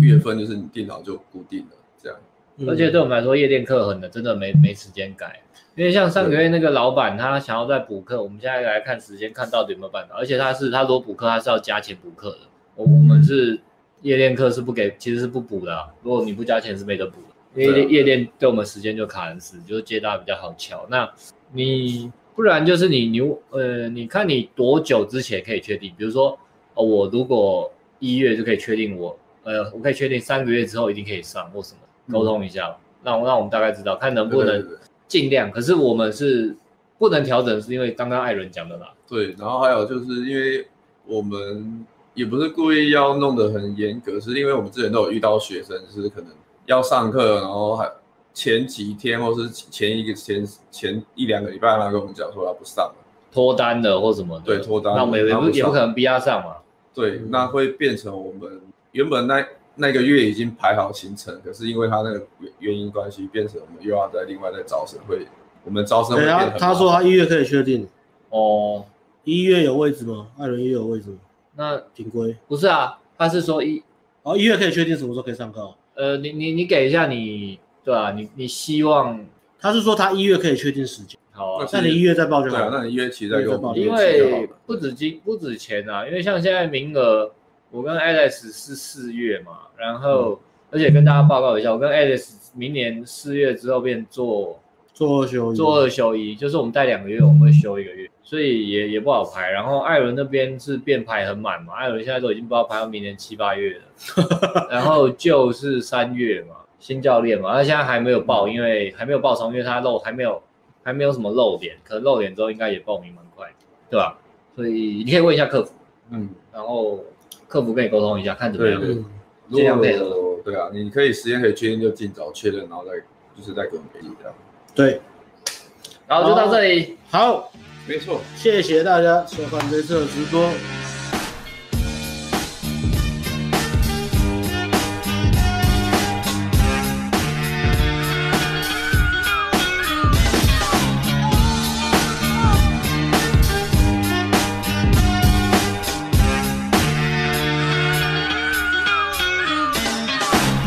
[SPEAKER 2] 月份就是你定好就固定了这样。
[SPEAKER 3] 而
[SPEAKER 1] 嗯
[SPEAKER 3] 且对我们来说，夜店课很的真的没没时间改，因为像上个月那个老板他想要再补课，我们现在来看时间，看到底有没有办法。而且他是他如果补课，他是要加钱补课的。我我们是夜店课是不给，其实是不补的啊、如果你不加钱是没得补的，因为
[SPEAKER 2] 对
[SPEAKER 3] 夜
[SPEAKER 2] 啊
[SPEAKER 3] 夜店对我们时间就卡很死，就是接大家比较好瞧。那你不然就是你你呃，你看你多久之前可以确定？比如说哦，我如果一月就可以确定我，呃，我可以确定三个月之后一定可以上或什么，沟通一下，让让我们大概知道，看能不
[SPEAKER 2] 对
[SPEAKER 3] 能尽量。可是我们是不能调整，是因为刚刚艾伦讲的啦，
[SPEAKER 2] 对，然后还有就是因为我们也不是故意要弄得很严格，是因为我们之前都有遇到学生，就是可能要上课，然后还前几天或是前一个前前一两个礼拜，他跟我们讲说他不上了，
[SPEAKER 3] 脱单的或什么的，
[SPEAKER 2] 对，脱单了，
[SPEAKER 3] 那我们也
[SPEAKER 2] 他
[SPEAKER 3] 不也
[SPEAKER 2] 上
[SPEAKER 3] 不可能逼他上嘛。
[SPEAKER 2] 对，
[SPEAKER 3] 嗯
[SPEAKER 2] 那会变成我们原本那那个月已经排好行程，可是因为他那个原原因关系，变成我们又要再另外再招生会，我们招生会
[SPEAKER 1] 对
[SPEAKER 2] 变
[SPEAKER 1] 他
[SPEAKER 2] 得很
[SPEAKER 1] 他说
[SPEAKER 2] 麻
[SPEAKER 1] 他
[SPEAKER 2] 烦
[SPEAKER 1] 一月可以确定，
[SPEAKER 3] 哦，
[SPEAKER 1] 一月有位置吗？艾伦一月有位置吗？
[SPEAKER 3] 那
[SPEAKER 1] 顶规
[SPEAKER 3] 不是啊，他是说一
[SPEAKER 1] 哦，一月可以确定什么时候可以上课哦？
[SPEAKER 3] 呃，你你你给一下你对啊，你你希望
[SPEAKER 1] 他是说他一月可以确定时间，
[SPEAKER 3] 好啊
[SPEAKER 2] 那。是
[SPEAKER 1] 那你一月再报就
[SPEAKER 2] 对啊，
[SPEAKER 1] 好。
[SPEAKER 2] 那你约期再给我们，
[SPEAKER 1] 因
[SPEAKER 3] 因
[SPEAKER 2] 就好
[SPEAKER 3] 为
[SPEAKER 2] 了
[SPEAKER 3] 不止金不止钱啊，因为像现在名额，我跟 Alex 是四月嘛，然
[SPEAKER 2] 嗯
[SPEAKER 3] 后、而且跟大家报告一下，我跟 Alex 明年四月之后变做
[SPEAKER 1] 做二
[SPEAKER 2] 嗯
[SPEAKER 1] 休一，
[SPEAKER 3] 做二休一，就是我们带两个月，我们会休一个月，所以也也不好排。然后艾伦那边是变排很满嘛，艾伦现在都已经不知道排到明年七八月 了，然后就是三月嘛，新教练嘛，他现在还没有报，因为还没有报上，因为他漏还没有还没有什么露脸，可能露脸之后应该也报名蛮快的，对吧？所以你可以问一下客服，
[SPEAKER 2] 嗯，
[SPEAKER 3] 然后客服跟你沟通一下，看怎么样。
[SPEAKER 2] 对对
[SPEAKER 1] 嗯，
[SPEAKER 2] 如
[SPEAKER 3] 尽量配
[SPEAKER 2] 果对啊，你可以时间可以确定就尽早确认，然后再就是再给我们给你这样。
[SPEAKER 1] 对，
[SPEAKER 3] 然后就到这里，
[SPEAKER 1] 好，
[SPEAKER 2] 没错，
[SPEAKER 1] 谢谢大家收看这次的直播，